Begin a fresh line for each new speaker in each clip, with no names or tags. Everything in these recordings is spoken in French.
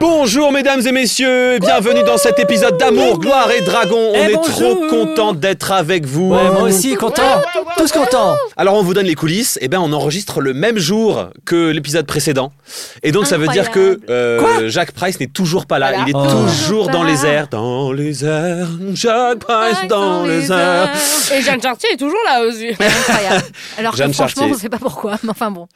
Bonjour mesdames et messieurs, et bienvenue dans cet épisode d'Amour, Gloire et Dragon. On
Eh,
est
bonjour.
trop content d'être avec vous.
Ouais, moi aussi, content. Tous contents.
Alors on vous donne les coulisses, et ben on enregistre le même jour que l'épisode précédent. Et donc ça veut dire que euh,
Quoi
Jacques Price n'est toujours pas là,
Voilà.
il est
Oh.
toujours dans
Pas.
les airs. Dans les airs, Jacques Price dans les airs.
Et Jeanne Chartier est toujours là aussi.
Incroyable. Alors
Jeanne
que franchement,
Chartier.
on ne sait pas pourquoi, mais enfin bon.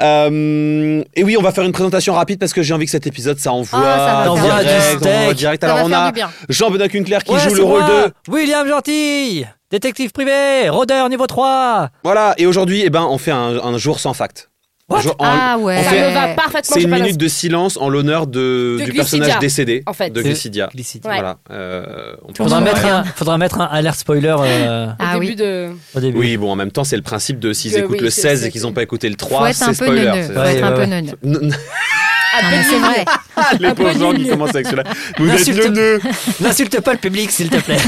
Euh, et oui, on va faire une présentation rapide parce que j'ai envie que cet épisode ça envoie,
Ah, ça va
direct,
faire du
on envoie
steak.
direct.
Ça
Alors
va
on
faire
a
du bien.
Jean-Benoît Kunkler qui
Ouais,
joue
c'est
le rôle
moi,
de
William Gentil, détective privé, rôdeur niveau 3.
Voilà, et aujourd'hui, eh ben, on fait un, un jour sans fact.
What
Un jour- en-
Ah ouais.
on
Ça
fait-
me va parfaitement.
C'est
j'ai
une
pas
minute de silence en l'honneur de-
De
du
Glycidia,
personnage décédé
en fait.
de
C'est-
Glycidia.
Glycide.
Ouais.
Voilà. euh, on pense
Faudra
à-
mettre, un, faudra mettre un alert spoiler euh,
d'instant.
Ah
Au début
oui.
de...
au début.
Oui, bon, en même temps, c'est le principe de s'ils
Que
écoutent
oui,
le
c'est-
16
c'est-
et qu'ils n'ont pas écouté le
Faut
3,
être
c'est
un peu
spoiler.
neuneux.
c'est-
Faut être un
Ouais,
peu
ouais.
neuneux.
Non,
Ah, mais c'est vrai.
Les pauvres gens qui commencent avec cela. Vous êtes
Insulte.
neuneux.
N'insulte pas le public, s'il te plaît.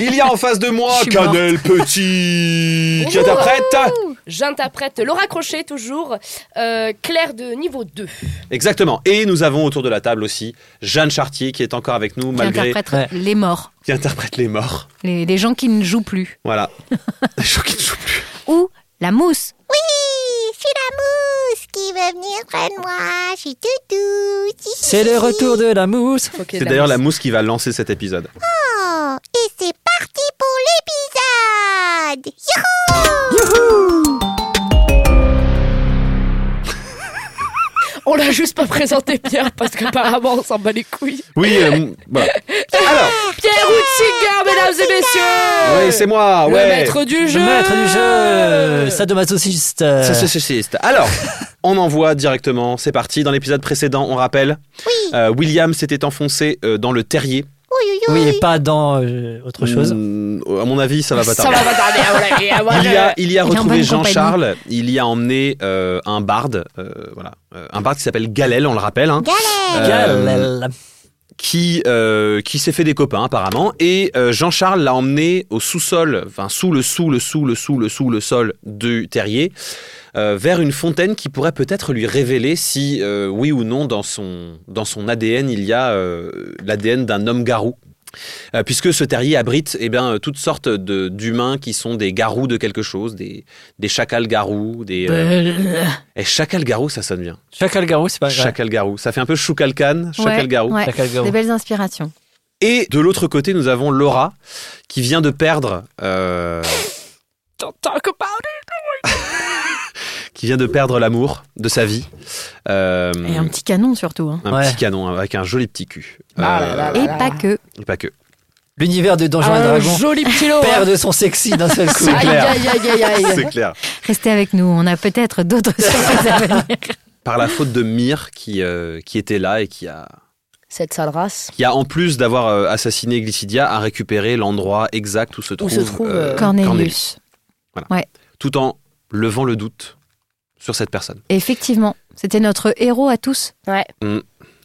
Il y a en face de moi
Je suis morte.
Canel Petit qui interprète.
J'interprète Laura Crochet toujours, euh, Claire de niveau 2.
Exactement. Et nous avons autour de la table aussi Jeanne Chartier qui est encore avec nous
Qui
malgré
interprète
Ouais.
les morts,
qui interprète les morts.
les, les gens qui ne jouent plus.
Voilà. Les gens qui ne jouent plus.
Ou la mousse.
c'est la mousse qui veut venir près de moi. Je suis toutou.
C'est le retour de la mousse.
C'est d'ailleurs la mousse qui va lancer cet épisode.
Oh, et c'est parti pour l'épisode. Youhou
On l'a juste pas présenté Pierre parce qu'apparemment on s'en bat les couilles.
Oui, euh, voilà. Alors,
Pierre Outsinger, mesdames et messieurs
Ah, oui, c'est moi,
Le
ouais.
maître du
Le
jeu
maître du jeu, sadomasochiste.
Ça, c'est socialiste. Alors, on envoie directement, c'est parti. Dans l'épisode précédent, on rappelle, euh, William s'était enfoncé euh, dans le terrier.
Oui, oui,
Oui,
oui.
et pas dans euh, autre chose.
Mm, à mon avis, ça va pas
Ça
tarder.
va pas tarder, à voilà, et à voilà.
Il y, a, il y a
Il est en
retrouvé
bonne
Jean-Charles, il y a emmené euh, un barde, euh, voilà, euh, un barde qui s'appelle Galel, on le rappelle, hein,
Galère.
Euh,
Galal.
qui, euh, qui s'est fait des copains apparemment. Et euh, Jean-Charles l'a emmené au sous-sol, enfin sous le sous le sous le sous le sous le sol du terrier, euh, vers une fontaine qui pourrait peut-être lui révéler si euh, oui ou non dans son, dans son ADN il y a euh, l'ADN d'un homme garou. Euh, puisque ce terrier abrite eh bien, euh, toutes sortes de- d'humains qui sont des garous de quelque chose, des, des chacals garous, des... euh, eh, chacal garou, ça sonne bien.
Chacal garou, c'est pas grave.
Chacal garou. Ça fait un peu choucalcan, chacal
Ouais,
garou.
ouais.
Chacal garou.
Des belles inspirations.
Et de l'autre côté, nous avons Laura, qui vient de perdre, euh,
Don't talk about it.
qui vient de perdre l'amour de sa vie. Euh,
Et un petit canon surtout. hein.
un
Ouais.
petit canon avec un joli petit cul. Euh,
Ah là là là.
Et pas que.
et pas que.
L'univers de Donjons
Ah,
et
un
Dragons
joli petit lot.
perd de son sexy d'un seul coup.
C'est
Aïe,
clair.
aïe, aïe, aïe, aïe.
C'est clair.
Restez avec nous, on a peut-être d'autres surprises à venir.
Par la faute de Myr qui, euh, qui était là et qui a,
Cette sale race.
qui a en plus d'avoir euh, assassiné Glycidia, a récupéré l'endroit exact où se trouve,
se trouve, euh,
Cornelius.
Tout en levant le doute sur cette personne.
Effectivement, c'était notre héros à tous.
Ouais.
Mm.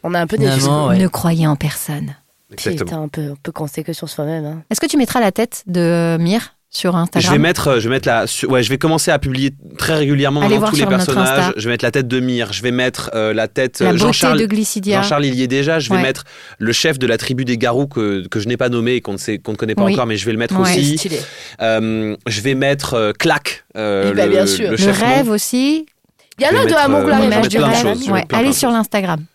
On a un peu des
Finalement, ouais.
Ne croyez en personne.
Exactement.
Putain, on peut, on peut compter que sur soi-même. hein.
Est-ce que tu mettras la tête de euh, Mire sur
Je vais
Instagram
mettre, euh, je vais mettre la, sur- ouais, je vais commencer à publier très régulièrement maintenant
Allez voir
tous les
sur notre
personnages.
Insta.
Je vais mettre la tête de Mire, je vais mettre euh, la tête
La
euh,
beauté de
Jean-Charles.
Glycidia.
Jean-Charles, il y est déjà. Je vais
Ouais.
mettre le chef de la tribu des garous que, que je n'ai pas nommé et qu'on ne, sait- qu'on ne connaît pas
Oui.
encore, mais je vais le mettre
Ouais.
aussi.
Stylé.
Euh, je vais mettre euh, Clac, euh,
Oui, bah,
le,
bien sûr.
le
Le
chef.
rêve aussi,
Il y en a
Je vais
de
mettre,
Amour,
euh,
Gloire et
je vais
l'image
mettre
du
plein de
rêve.
choses, je vais
Ouais,
mettre plein,
Allez
plein de
sur l'Instagram.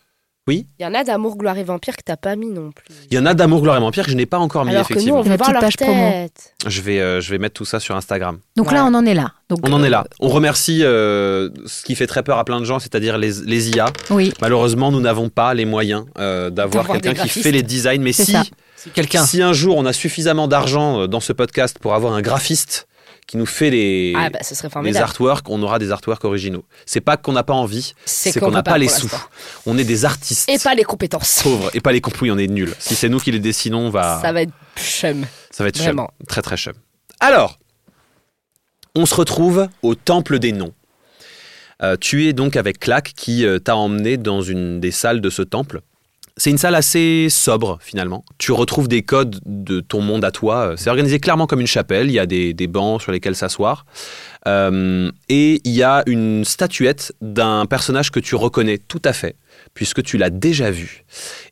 Oui.
Il y en a d'amour, gloire et vampire que t'as pas mis non plus.
Il y en a d'amour, gloire et vampire que je n'ai pas encore mis,
Alors que nous,
effectivement.
on va
La
voir
petite
leur
page promo.
tête.
Je, vais, euh, je vais mettre tout ça sur Instagram.
Donc là, on en est là. Donc,
On en
euh,
est là. On remercie euh, ce qui fait très peur à plein de gens, c'est-à-dire les, les IA.
euh,
Oui.
Malheureusement, nous n'avons pas les moyens euh, d'avoir
D'avoir
quelqu'un
des
qui fait
graphistes.
les designs. Mais
C'est
si,
ça.
Si quelqu'un.
si un jour on a suffisamment d'argent euh, dans ce podcast pour avoir un graphiste qui nous fait les,
Ah bah ce serait
les
formidable.
artworks, on aura des artworks originaux. C'est pas qu'on n'a pas envie, c'est qu'on
peut
n'a pas, les
pour
sous.
l'instant.
On est des artistes.
Et pas les compétences.
pauvres et pas les compouilles, on est nuls. Si c'est nous qui les dessinons, on va...
Ça va être chum.
Ça va être chum.
Vraiment.
Très très chum. Alors, on se retrouve au temple des noms. Euh, tu es donc avec Clac qui euh, t'a emmené dans une des salles de ce temple. C'est une salle assez sobre finalement. Tu retrouves des codes de ton monde à toi. Euh, C'est organisé clairement comme une chapelle. Il y a des, des bancs sur lesquels s'asseoir. Euh, et il y a une statuette d'un personnage que tu reconnais tout à fait, puisque tu l'as déjà vu.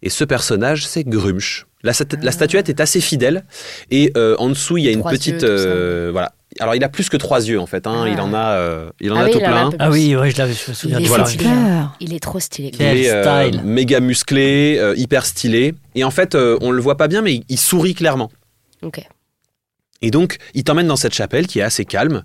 Et ce personnage, c'est Grumsh. La, stat- la statuette est assez fidèle. Et euh, en dessous, il y a une
Trois
petite...
yeux, tout ça.
euh, voilà. Alors, il a plus que trois yeux, en fait. hein.
Ah.
Il en a, euh, il en
Ah
a
oui,
tout
il en a
plein.
un peu
Ah oui, ouais, je, l'avais- je me souviens
Il
de
est
ça.
J'ai
fatigué.
peur.
Il est trop stylé.
Quel
il est euh,
style.
méga musclé, euh, hyper stylé. Et en fait, euh, on le voit pas bien, mais il, il sourit clairement.
Ok.
Et donc, il t'emmène dans cette chapelle qui est assez calme.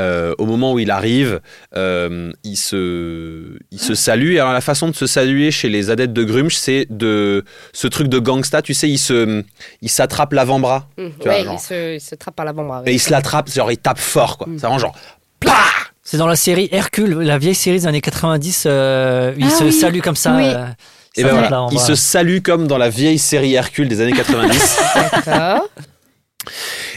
Euh, au moment où il arrive, euh, il, se, il se salue. Et Alors, la façon de se saluer chez les adeptes de Grumsh, c'est de ce truc de gangsta. Tu sais, il se, il s'attrape l'avant-bras
Mmh,
Tu vois,
Ouais,
genre.
il se, il se trappe par l'avant-bras. ouais.
et il se l'attrape, genre il tape fort, quoi.
Mm.
C'est vraiment genre.
C'est dans la série Hercule, la vieille série des années 90. euh, il
Ah
se
oui.
salue comme ça.
Oui.
euh,
Et
ça
ben
tape
voilà,
là en
il
bas.
se salue comme dans la vieille série Hercule des années 90.
D'accord.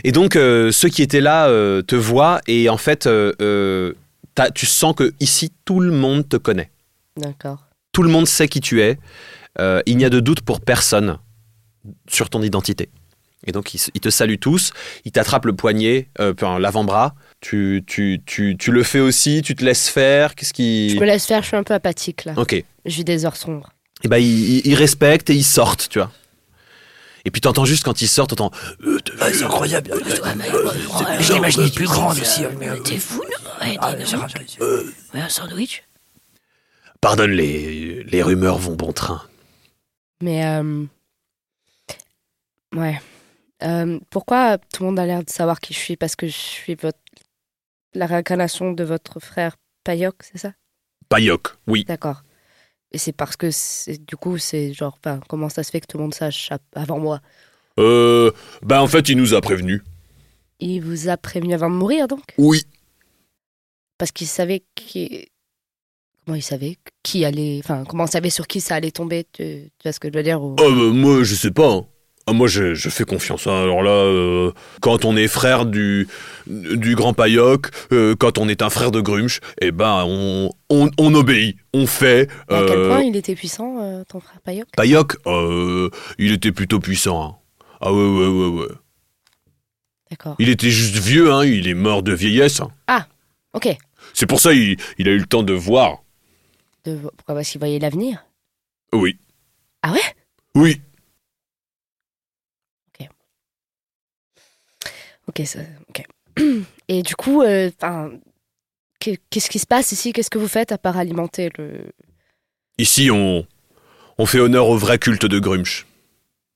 Et donc, euh, ceux qui étaient là euh, te voient et en fait, euh, euh, t'as- tu sens que ici, tout le monde te connaît.
D'accord.
Tout le monde sait qui tu es. Euh, il n'y a de doute pour personne sur ton identité. Et donc, ils, s- ils te saluent tous. Ils t'attrapent le poignet, euh, enfin, l'avant-bras. Tu, tu, tu, tu le fais aussi, tu te laisses faire. Qu'est-ce qui.
Je me laisse faire, je suis un peu apathique là.
Ok.
J'ai des heures sombres.
Et ben, ils, ils- ils respectent et ils sortent, tu vois. Et puis, t'entends juste quand ils sortent, t'entends. Euh, t'es-
C'est incroyable.
Oh,
Je l'imaginais plus grande aussi.
T'es fou, non Ouais, des gens. Ouais, un sandwich
Pardonne, les, les rumeurs vont bon train.
Mais. euh, Ouais. Euh, pourquoi tout le monde a l'air de savoir qui je suis Parce que je suis votre... la réincarnation de votre frère Payok, c'est ça
Payoc, oui.
D'accord. Et c'est parce que c'est- du coup, c'est genre, ben, comment ça se fait que tout le monde sache ap- avant moi
Euh. Ben en fait, il nous a prévenus.
Il vous a prévenu avant de mourir donc
Oui.
Parce qu'il savait qui. Comment il savait Qui allait. Enfin, comment on savait sur qui ça allait tomber Tu, tu vois ce que je veux dire ou-
Ah, ben, moi, je sais pas. hein. Ah, moi, je, je fais confiance. hein. Alors là, euh, quand on est frère du, du grand Payoc, euh, quand on est un frère de Grumsh, eh ben, on, on, on obéit, on fait.
Mais À quel
euh,
point il était puissant, euh, ton frère Payok
Payoc, euh, il était plutôt puissant. hein. Ah ouais, ouais, ouais, ouais.
D'accord.
Il était juste vieux, hein. Il est mort de vieillesse. hein.
Ok.
C'est pour ça il, il a eu le temps de voir.
De... Pourquoi Parce qu'il voyait l'avenir
Oui.
Ah ouais
Oui.
Ok, ça. Ok. Et du coup, euh, enfin, qu'est- qu'est-ce qui se passe ici Qu'est-ce que vous faites à part alimenter le.
Ici, on, on fait honneur au vrai culte de Grumsh.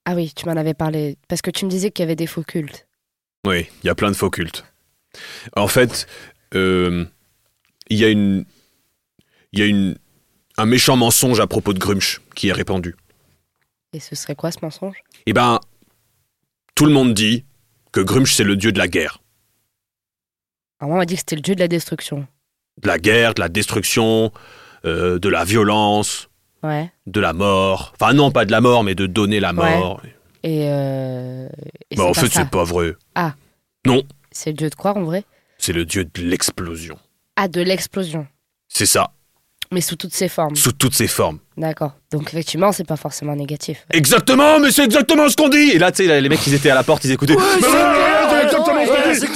Ah oui, tu m'en avais parlé. Parce que tu me disais qu'il y avait des faux cultes.
Oui, il y a plein de faux cultes. En fait, euh, il y a une. Il y a une. Un méchant mensonge à propos de Grumsh qui est répandu.
Et ce serait quoi ce mensonge
Eh ben. Tout le monde dit que Grumsh, c'est le dieu de la guerre.
Alors, moi, on m'a dit que c'était le dieu de la destruction.
De la guerre, de la destruction, euh, de la violence,
Ouais.
de la mort. Enfin, non, pas de la mort, mais de donner la
Ouais.
mort.
Et. euh, et
Bah, en
pas
fait,
ça.
c'est pas vrai.
C'est le dieu de quoi en vrai
C'est le dieu de l'explosion.
Ah, de l'explosion.
C'est ça,
Mais sous toutes ses formes.
sous toutes ses formes.
D'accord. Donc effectivement, c'est pas forcément négatif. ouais.
Exactement, mais c'est exactement ce qu'on dit Et là, tu sais, là, les mecs, ils étaient à la porte, ils écoutaient. Mais voilà,
Oh,
c'est exactement ce qu'on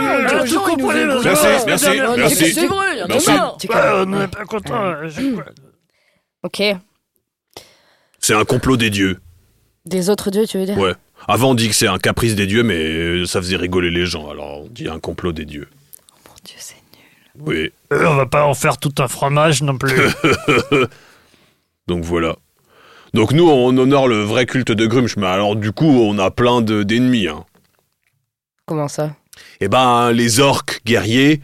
dit. Merci, merci, merci.
C'est vrai, il
Bah,
y en a marre.
Tu
Ouais,
connais.
on n'est pas content.
Ok.
C'est un complot des dieux.
Des autres dieux, tu veux dire
Ouais. Avant, on dit que c'est un caprice des dieux, mais euh, ça faisait rigoler les gens. Alors, on dit un complot des dieux.
Mon Dieu, c'est
Oui.
Euh,
On va pas en faire tout un fromage non plus.
Donc voilà.
Donc nous, on honore le vrai culte de Grumsh, mais alors du coup, on a plein de- d'ennemis. hein.
Comment ça
Eh ben, les orques guerriers,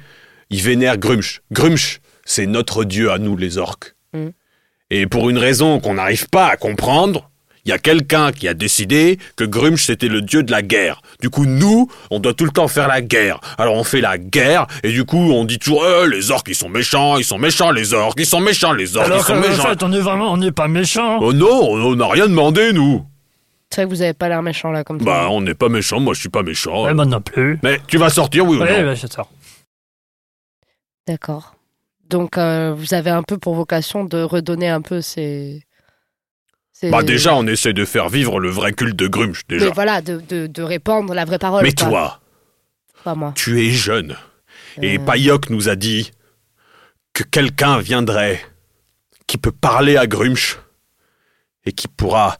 ils vénèrent Grumsh. Grumsh, c'est notre dieu à nous, les orques.
Mm.
Et pour une raison qu'on n'arrive pas à comprendre, il y a quelqu'un qui a décidé que Grumsh, c'était le dieu de la guerre. Du coup, nous, on doit tout le temps faire la guerre. Alors on fait la guerre, et du coup, on dit toujours, Euh, les orques, ils sont méchants, ils sont méchants, les orques, ils sont méchants, les orques, ils
Alors euh,
sont
qu'en
méchants.
fait, on est vraiment, on n'est pas méchant.
Oh non, on n'a rien demandé, nous.
C'est vrai que vous avez pas l'air méchant là comme ça.
Bah, on n'est pas méchant, moi je suis pas méchant.
Ouais, moi non plus.
Mais tu vas sortir, oui ou
Mmh.
Oui,
non
bah, je sors.
D'accord. Donc euh, vous avez un peu pour vocation de redonner un peu ces. ces-
Bah déjà, on essaie de faire vivre le vrai culte de Grumsh, déjà.
Mais voilà, de, de, de répandre la vraie parole.
Mais
quoi.
toi,
Pas moi.
tu es jeune. Et
Euh,
Payok nous a dit que quelqu'un viendrait qui peut parler à Grumsh et qui pourra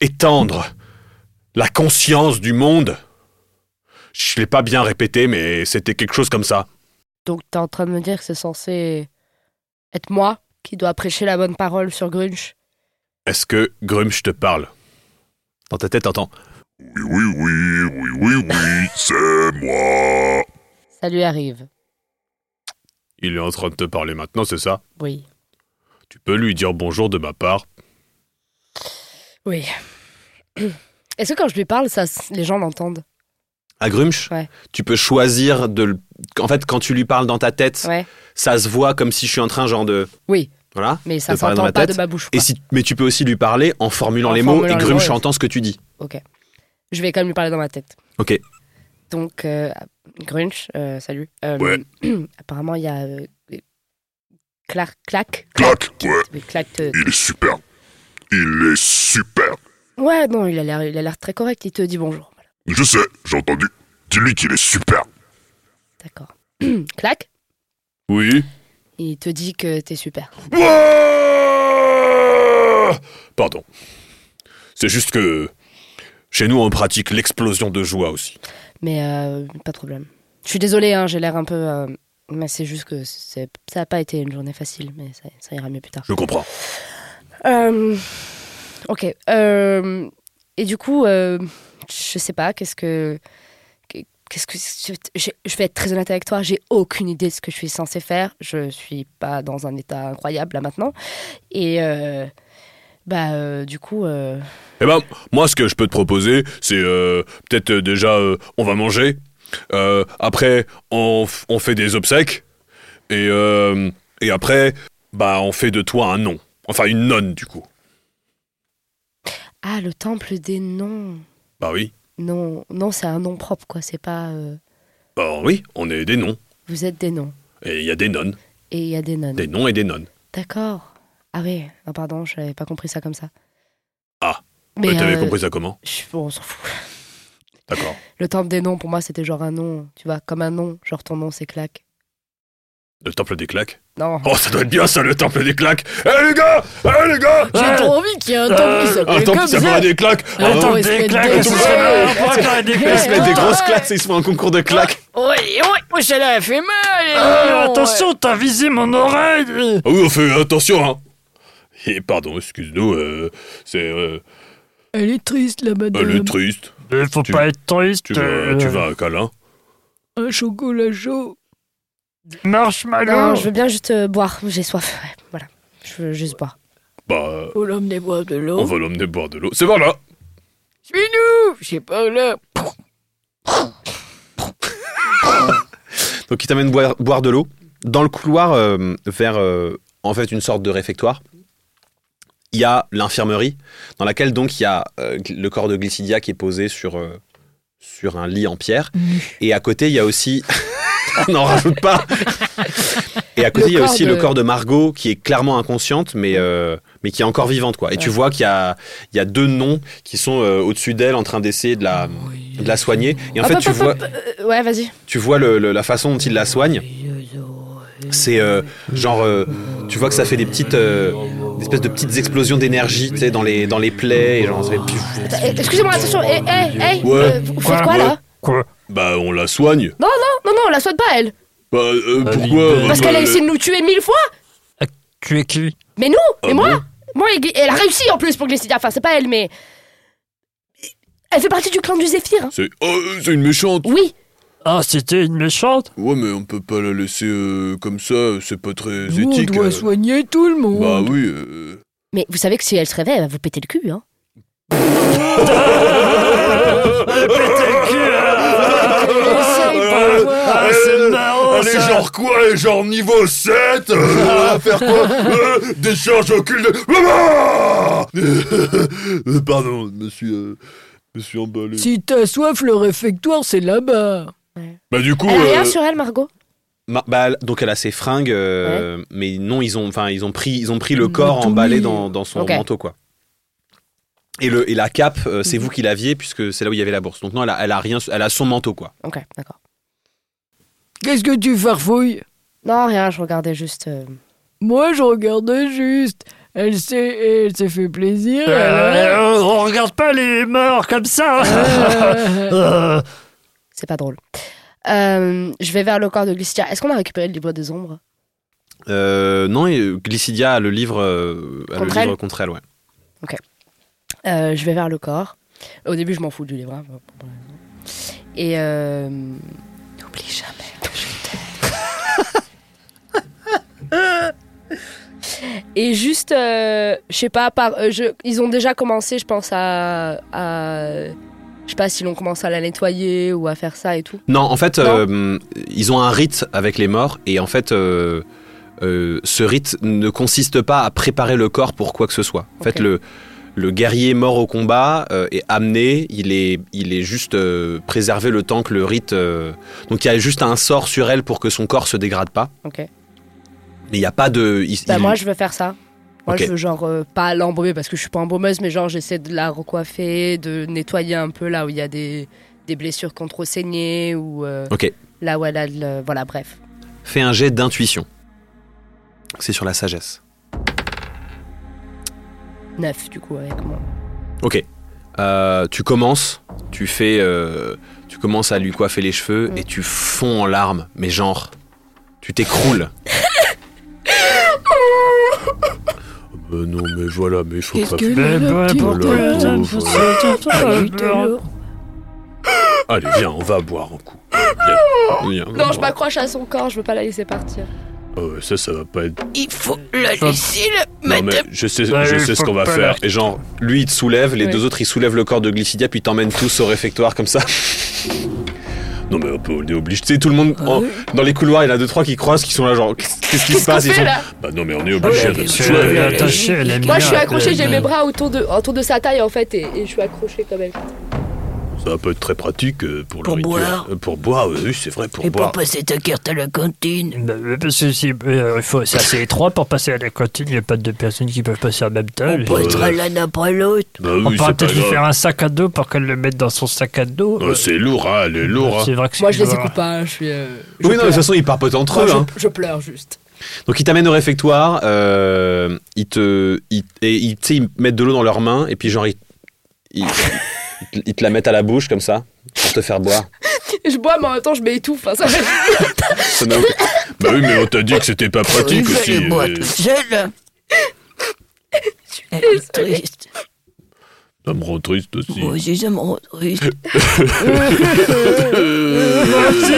étendre la conscience du monde. Je l'ai pas bien répété, mais c'était quelque chose comme ça.
Donc t'es en train de me dire que c'est censé être moi qui dois prêcher la bonne parole sur Grunch
Est-ce que Grumsh te parle Dans ta tête, t'entends.
Oui, oui, oui, oui, oui, c'est moi.
Ça lui arrive.
Il est en train de te parler maintenant, c'est ça
Oui.
Tu peux lui dire bonjour de ma part.
Oui. Est-ce que quand je lui parle, ça, s- les gens l'entendent
À Grumsh,
Ouais.
tu peux choisir de. le- En fait, quand tu lui parles dans ta tête,
Ouais.
ça se voit comme si je suis en train, genre de.
Oui.
Voilà.
Mais ça
De parler dans
s'entend
ma
pas
tête.
de ma bouche.
Et
quoi.
si, mais tu peux aussi lui parler en formulant
En
les mots
formulant
et
les
Grumsh
mots, ouais.
entend ce que tu dis.
Je vais quand même lui parler dans ma tête.
Ok.
Donc, euh, Grunch, euh, salut. Euh,
Ouais.
apparemment, il y a. euh, Clark, clac.
Clac, ouais,
Oui, clac. te-
il est super. Il est super.
Ouais, non, il a l'air, il a l'air très correct. Il te dit bonjour. Voilà,
Je sais, j'ai entendu. Dis-lui qu'il est super.
D'accord. clac.
Oui.
Il te dit que t'es super.
Pardon. C'est juste que chez nous on pratique l'explosion de joie aussi.
Mais euh, pas de problème. Je suis désolée, hein, j'ai l'air un peu. euh, mais c'est juste que c'est, ça n'a pas été une journée facile, mais ça, ça ira mieux plus tard.
Je comprends.
Euh, ok. euh, et du coup, euh, je sais pas, qu'est-ce que. Qu'est-ce que. Je, je vais être très honnête avec toi, j'ai aucune idée de ce que je suis censée faire. Je suis pas dans un état incroyable là maintenant. Et. euh, bah, euh, du coup. euh,
Eh ben, moi ce que je peux te proposer, c'est euh, peut-être euh, déjà euh, on va manger. Euh, après, on, f- on fait des obsèques. Et, euh, et après, bah on fait de toi un nom. Enfin une nonne du coup.
Ah, le temple des noms.
Bah oui.
Non, non c'est un nom propre, quoi. C'est pas. euh,
Bah oui, on est des noms.
vous êtes des noms.
Et il y a des nonnes.
Et il y a des nonnes.
Des noms et des nonnes.
D'accord. Ah oui, non, pardon, je n'avais pas compris ça comme ça.
Ah.
Mais
Ouais, T'avais
euh,
compris ça comment
je- bon, on s'en fout.
D'accord.
Le temple des noms, pour moi, c'était genre un nom, tu vois, comme un nom. Genre ton nom, c'est claque.
Le temple des claques
Non.
Oh, ça doit être bien ça, le temple des claques Eh les gars Eh les gars
J'ai
Ouais.
trop envie qu'il y ait un temple qui
Un
s'appelle
temple
comme
qui s'appellera
ça.
des claques Ah,
Attends,
ouais,
des
c'est
claques,
des-
ce
Ouais.
serait bien. On pourrait faire des
Ils se mettent des
Ouais.
grosses claques, ils se font un concours de claques
Ouais, ouais, moi ça l'a fait mal.
Ah,
euh,
attention, t'as visé mon oreille
Ah oui, on fait attention, hein Et pardon, excuse-nous, euh, c'est euh,
ouais. Elle est triste la
euh,
madame.
le triste.
Il faut
Tu-
pas être triste.
Tu veux, tu veux un câlin
Un chocolat chaud.
Marshmallow
Non, je veux bien juste euh, boire. J'ai soif. Ouais, voilà. Je veux juste boire.
Bah, euh,
Faut l'emmener boire de
on
l'eau.
va l'emmener boire de l'eau. C'est bon là
Suis-nous. Je sais pas là.
Donc il t'amène boire, boire de l'eau. Dans le couloir, euh, vers euh, en fait une sorte de réfectoire, il y a l'infirmerie, dans laquelle donc il y a euh, gl- le corps de Glycidia qui est posé sur, euh, sur un lit en pierre.
Mm.
Et à côté, il y a aussi... N'en rajoute pas Et à côté,
Le
il y a
corps
aussi
de-
le corps de Margot qui est clairement inconsciente, mais, euh, mais qui est encore vivante. quoi. Et tu vois qu'il y a, il y a deux noms qui sont euh, au-dessus d'elle en train d'essayer de
Ah
la, de la soigner. Et en
Hop,
fait,
hop,
tu
hop,
vois,
hop, euh, ouais, vas-y.
tu vois le- le- la façon dont il la soigne. C'est euh, genre, euh, tu vois que ça fait des petites, euh, des espèces de petites explosions d'énergie, tu sais, dans les, dans les plaies, et genre, ça fait piouf.
Attends, eh, Excusez-moi, attention. Eh, eh, eh.
Ouais.
euh, vous faites quoi
Ouais.
là
Quoi
Bah, on la soigne.
Non, non, on la souhaite pas, elle.
Bah, euh,
Ah,
pourquoi
libère.
Parce
bah,
qu'elle a
euh,
essayé de nous tuer mille fois.
Tu es qui
Mais nous
ah
Mais moi
bon
Moi, elle- elle a réussi en plus pour Glycidia. Enfin, c'est pas elle, mais. Elle fait partie du clan du Zéphyr. hein.
C'est oh, c'est une méchante.
Oui,
Ah, c'était une méchante
Ouais, mais on peut pas la laisser euh, comme ça, c'est pas très éthique. euh.
soigner tout le monde.
Bah oui. euh.
mais vous savez que si elle se réveille, elle va vous péter le cul. Hein.
Ah,
c'est marrant,
Elle est
ça.
genre quoi Elle est genre niveau 7 euh, On va faire quoi Euh, Décharge occulte de... Maman Euh, Pardon, je me suis... euh, je me suis emballé.
Si t'as soif, le réfectoire, c'est là-bas.
Bah du coup...
Elle a rien
euh,
sur elle, Margot.
Ma- bah, elle- donc elle a ses fringues, euh, mais non, ils ont, enfin, ils ont pris, ils ont pris le corps emballé dans, dans son
Ok.
manteau, quoi. Et, le, et la cape, euh,
Mhm.
c'est vous qui l'aviez puisque c'est là où il y avait la bourse. Donc non, elle a, elle a rien, elle a son manteau, quoi.
Ok, d'accord.
Qu'est-ce que tu farfouilles
Non, rien, je regardais juste. euh,
Moi, je regardais juste. Elle s'est, elle s'est fait plaisir. elle-
Euh, On regarde pas les morts comme ça Euh,
C'est pas drôle. Euh, je vais vers le corps de Glycidia. Est-ce qu'on a récupéré le livre des ombres
Euh, non, et euh, Glycidia a le livre, euh, a
Contre
le
elle
livre contre elle, ouais.
Euh, Je vais vers le corps. Au début, je m'en fous du livre. hein. Et. euh, N'oublie jamais. Et juste, euh, je sais pas, par, euh, je- ils ont déjà commencé, je pense, à. à- je sais pas s'ils ont commencé à la nettoyer ou à faire ça et tout.
Non, en fait, euh, ils ont un rite avec les morts et en fait, euh, euh, ce rite ne consiste pas à préparer le corps pour quoi que ce soit. En
Ok.
fait, le, le guerrier mort au combat euh, est amené, il est, il est juste euh, préservé le temps que le rite. euh, Donc il y a juste un sort sur elle pour que son corps se dégrade pas.
Ok.
Mais il n'y a pas de. il-
Bah
il-
moi je veux faire ça. Moi
Ok.
je veux genre euh, pas l'embaumer parce que je suis pas embaumeuse mais genre j'essaie de la recoiffer, de nettoyer un peu là où il y a des, des blessures qu'on trop saignées ou euh,
Ok.
là où elle a de le- voilà bref.
Fais un jet d'intuition. C'est sur la sagesse.
Neuf du coup avec moi.
Ok. Euh, tu commences, tu fais, euh, tu commences à lui coiffer les cheveux et tu fonds en larmes, mais genre, tu t'écroules.
bah non, mais voilà, mais faut pas...
Mais bah, pourquoi
Voilà,
ça me
pauvre.
fait ça Euh,
Allez, viens, on va boire un coup. Viens. Viens, on va
Non je
boire.
m'accroche à son corps, je veux pas la laisser partir.
Ah ouais, ça, ça va pas être...
Il faut la laisser le
Non, mais je sais,
Bah,
je
il
sais ce
faut
qu'on va
pas
faire.
la-
Et genre, lui, il te soulève, les
Oui.
deux autres, ils soulèvent le corps de Glycidia, puis ils t'emmènent tous au réfectoire comme ça.
Non, mais on peut- on est obligé...
Tu sais, tout le monde, en- dans les couloirs, il y en a deux, trois qui croisent, qui sont là, genre, qu'est-ce Ah qu'est-ce qui se passe Ils sont-
Bah non, mais on est obligé de...
Je l'avais attaché, elle est
Moi je suis
mignonne.
accrochée, j'ai mes bras autour de, autour de sa taille en fait et, et je suis accrochée quand même.
Ça peut être très pratique euh, pour,
Pour
le rituel.
boire.
Euh, Pour boire, oui, c'est vrai, pour
Et pour
boire.
passer ta carte à la cantine.
Bah, euh, parce que si, euh, il faut, c'est assez étroit pour passer à la cantine, il n'y a pas deux personnes qui peuvent passer en même temps.
On passera l'un après l'autre.
Bah
On
oui,
pourra
c'est pas
peut-être lui
grave.
faire un sac à dos pour qu'elle le mette dans son sac à dos.
Oh, c'est lourd, hein, elle est lourde.
C'est vrai que
Moi je les
c'est-
écoute pas, hein, je suis. euh, je
Oui, non, mais de
pleure.
toute façon, ils parpotent entre eux.
Moi,
hein.
je, je pleure juste.
Donc, ils t'amènent au réfectoire, euh, ils te. Ils, et ils, tu sais, ils mettent de l'eau dans leurs mains, et puis genre, ils, ils- ils te- ils te la mettent à la bouche comme ça, pour te faire boire.
Et je bois mais en même temps je m'étouffe. hein, ça fait-
Ça n'a aucun-
Bah oui, mais on t'a dit que c'était pas
Il
pratique
fallait
aussi.
boire
euh,
toute seule. Elle est triste.
Ça me rend triste aussi.
Moi aussi, ça me rend triste.
Euh.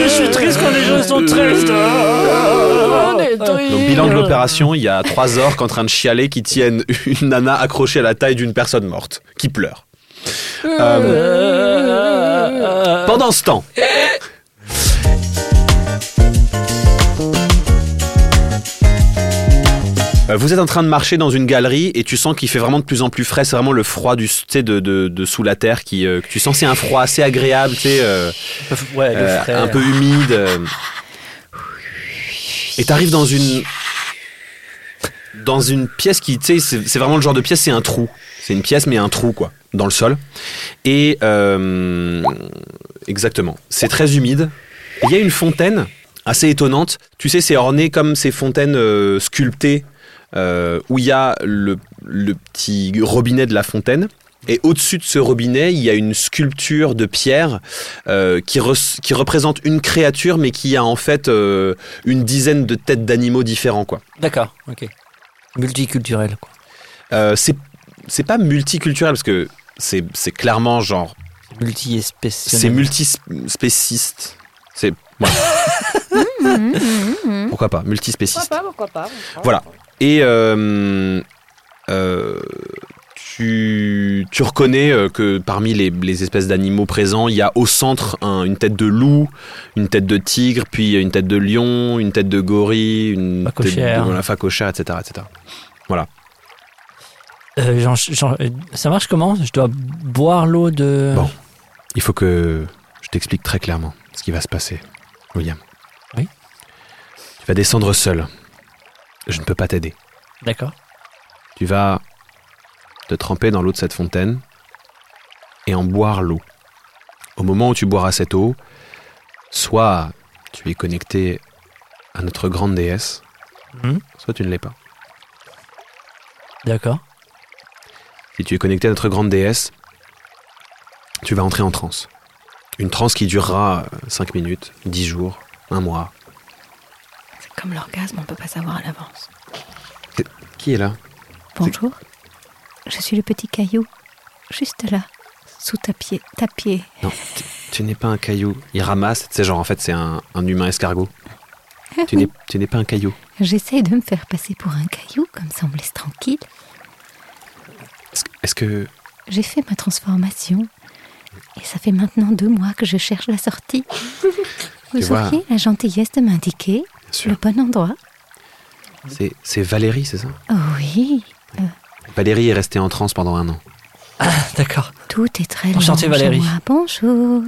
Je suis triste quand les gens sont tristes.
On est
Euh, Donc,
triste.
bilan
euh,
de l'opération, il y a trois orques en train de chialer qui tiennent une nana accrochée à la taille d'une personne morte, qui pleure. Euh, Pendant ce temps. Euh, Vous êtes en train de marcher dans une galerie et tu sens qu'il fait vraiment de plus en plus frais. C'est vraiment le froid du, tu sais, de, de- de sous la terre qui, euh, que tu sens. C'est un froid assez agréable, tu sais, euh,
Ouais, le
euh,
frère.
un peu humide. euh. Et t'arrives dans une dans une pièce qui, tu sais, c'est c'est vraiment le genre de pièce, c'est un trou. C'est une pièce, mais un trou quoi, dans le sol. Et euh, exactement, c'est très humide. Et Il y a une fontaine assez étonnante. Tu sais, c'est orné comme ces fontaines euh, sculptées euh, où il y a le, le petit robinet de la fontaine. Et au-dessus de ce robinet, il y a une sculpture de pierre euh, qui, res- qui représente une créature, mais qui a en fait euh, une dizaine de têtes d'animaux différents, quoi.
D'accord, ok. Multiculturel. Quoi.
Euh, c'est c'est pas multiculturel parce que c'est c'est clairement genre
Multi-espécial.
c'est multispéciste. C'est voilà, Bah
Mhm,
pourquoi pas multispéciste.
pas, pourquoi pas.
Voilà. Et euh, euh, tu, tu reconnais euh, que parmi les, les espèces d'animaux présents, il y a au centre un- une tête de loup, une tête de tigre, puis une tête de lion, une tête de gorille, une tête
Phacochère.
de voilà, phacochère, etc., etc.
Euh, j'en- j'en- euh, ça marche comment Je dois boire l'eau de.
Bon. Il faut que je t'explique très clairement ce qui va se passer, William.
Oui.
Tu vas descendre seul. Je ne peux pas t'aider.
D'accord.
Tu vas te tremper dans l'eau de cette fontaine et en boire l'eau. Au moment où tu boiras cette eau, soit tu es connecté à notre grande déesse,
Mhm.
soit tu ne l'es pas.
D'accord.
Si tu es connecté à notre grande déesse, tu vas entrer en transe. Une transe qui durera 5 minutes, 10 jours, un mois.
C'est comme l'orgasme, on peut pas savoir à l'avance.
Qui est là
Bonjour. Je suis le petit caillou, juste là, sous ta pied, ta pied.
Non, tu, tu n'es pas un caillou. Il ramasse, tu sais, genre en fait c'est un, un humain escargot. Tu n'es- tu n'es pas un caillou.
J'essaye de me faire passer pour un caillou, comme ça on me laisse tranquille.
Est-ce- Est-ce que
J'ai fait ma transformation et ça fait maintenant deux mois que je cherche la sortie.
Tu
Vous
vois.
auriez la gentillesse de m'indiquer
sûr.
le bon endroit
c'est c'est Valérie, c'est ça
Oh oui,
Valérie est restée en transe pendant un an.
D'accord.
tout est très
Enchantée,
lent chez
Valérie.
moi. Bonjour.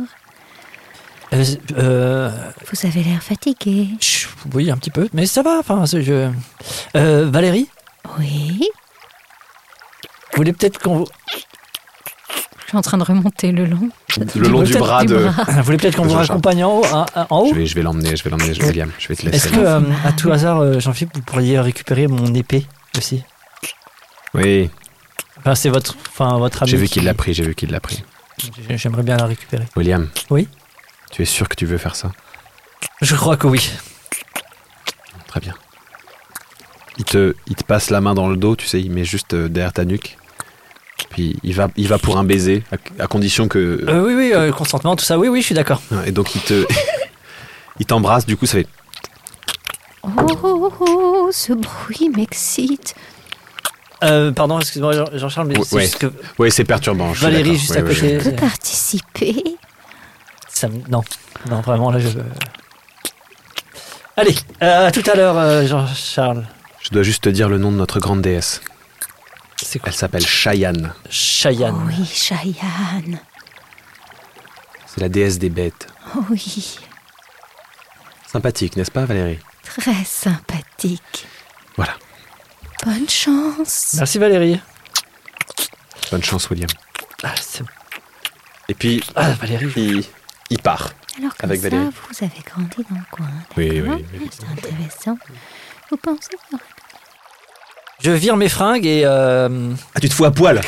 Euh, c'est- euh,
Vous avez l'air fatigué.
oui, un petit peu, mais ça va. Enfin, c'est- je... Euh, Valérie,
Oui.
vous voulez peut-être qu'on vous...
Je suis en train de remonter le long.
Le long du bras de.
vous voulez peut-être qu'on vous
Jean-Charles.
raccompagne en haut, à- à- en haut
Je vais, je vais l'emmener, je vais l'emmener, je- William. Je vais te laisser.
Est-ce que, euh, à tout hasard, euh, Jean-Philippe, vous pourriez récupérer mon épée aussi
Oui,
Enfin, c'est votre, enfin, votre ami.
j'ai vu
qui-
qu'il l'a pris, j'ai vu qu'il l'a pris.
J'ai- J'aimerais bien la récupérer.
William.
Oui
Tu es sûr que tu veux faire ça
Je crois que oui.
Très bien. Il te, il te passe la main dans le dos, tu sais, il met juste euh, derrière ta nuque. Puis il va, il va pour un baiser, à, à condition que.
Euh, oui, oui, euh, consentement, tout ça. Oui, oui, je suis d'accord.
Ah, Et donc il te. il t'embrasse, du coup ça fait.
Oh, oh, oh, ce bruit m'excite.
Euh, pardon, excuse-moi, Jean- Jean-Charles, mais
Ouais,
c'est
ouais.
juste que
Ouais, c'est perturbant. je suis
Valérie,
d'accord.
juste
Ouais,
à
ouais,
côté.
ouais.
Je peux participer.
ça me- Non, non, vraiment, là, je. euh. Allez, euh, à tout à l'heure, euh, Jean-Charles.
Je dois juste te dire le nom de notre grande déesse.
C'est quoi
Elle s'appelle Cheyenne. Oh,
Cheyenne.
Oui, Cheyenne.
C'est la déesse des bêtes.
Oh oui,
Sympathique, n'est-ce pas, Valérie
très sympathique.
Voilà.
Bonne chance.
Merci, Valérie.
Bonne chance, William.
Ah, c'est-
Et puis,
ah, Valérie.
il, il part.
Alors comme
Avec
ça,
Valérie.
vous avez grandi dans le coin.
Oui,
d'accord
oui, oui.
C'est intéressant. Vous pensez que-
Je vire mes fringues et. euh,
Ah, tu te fous à poil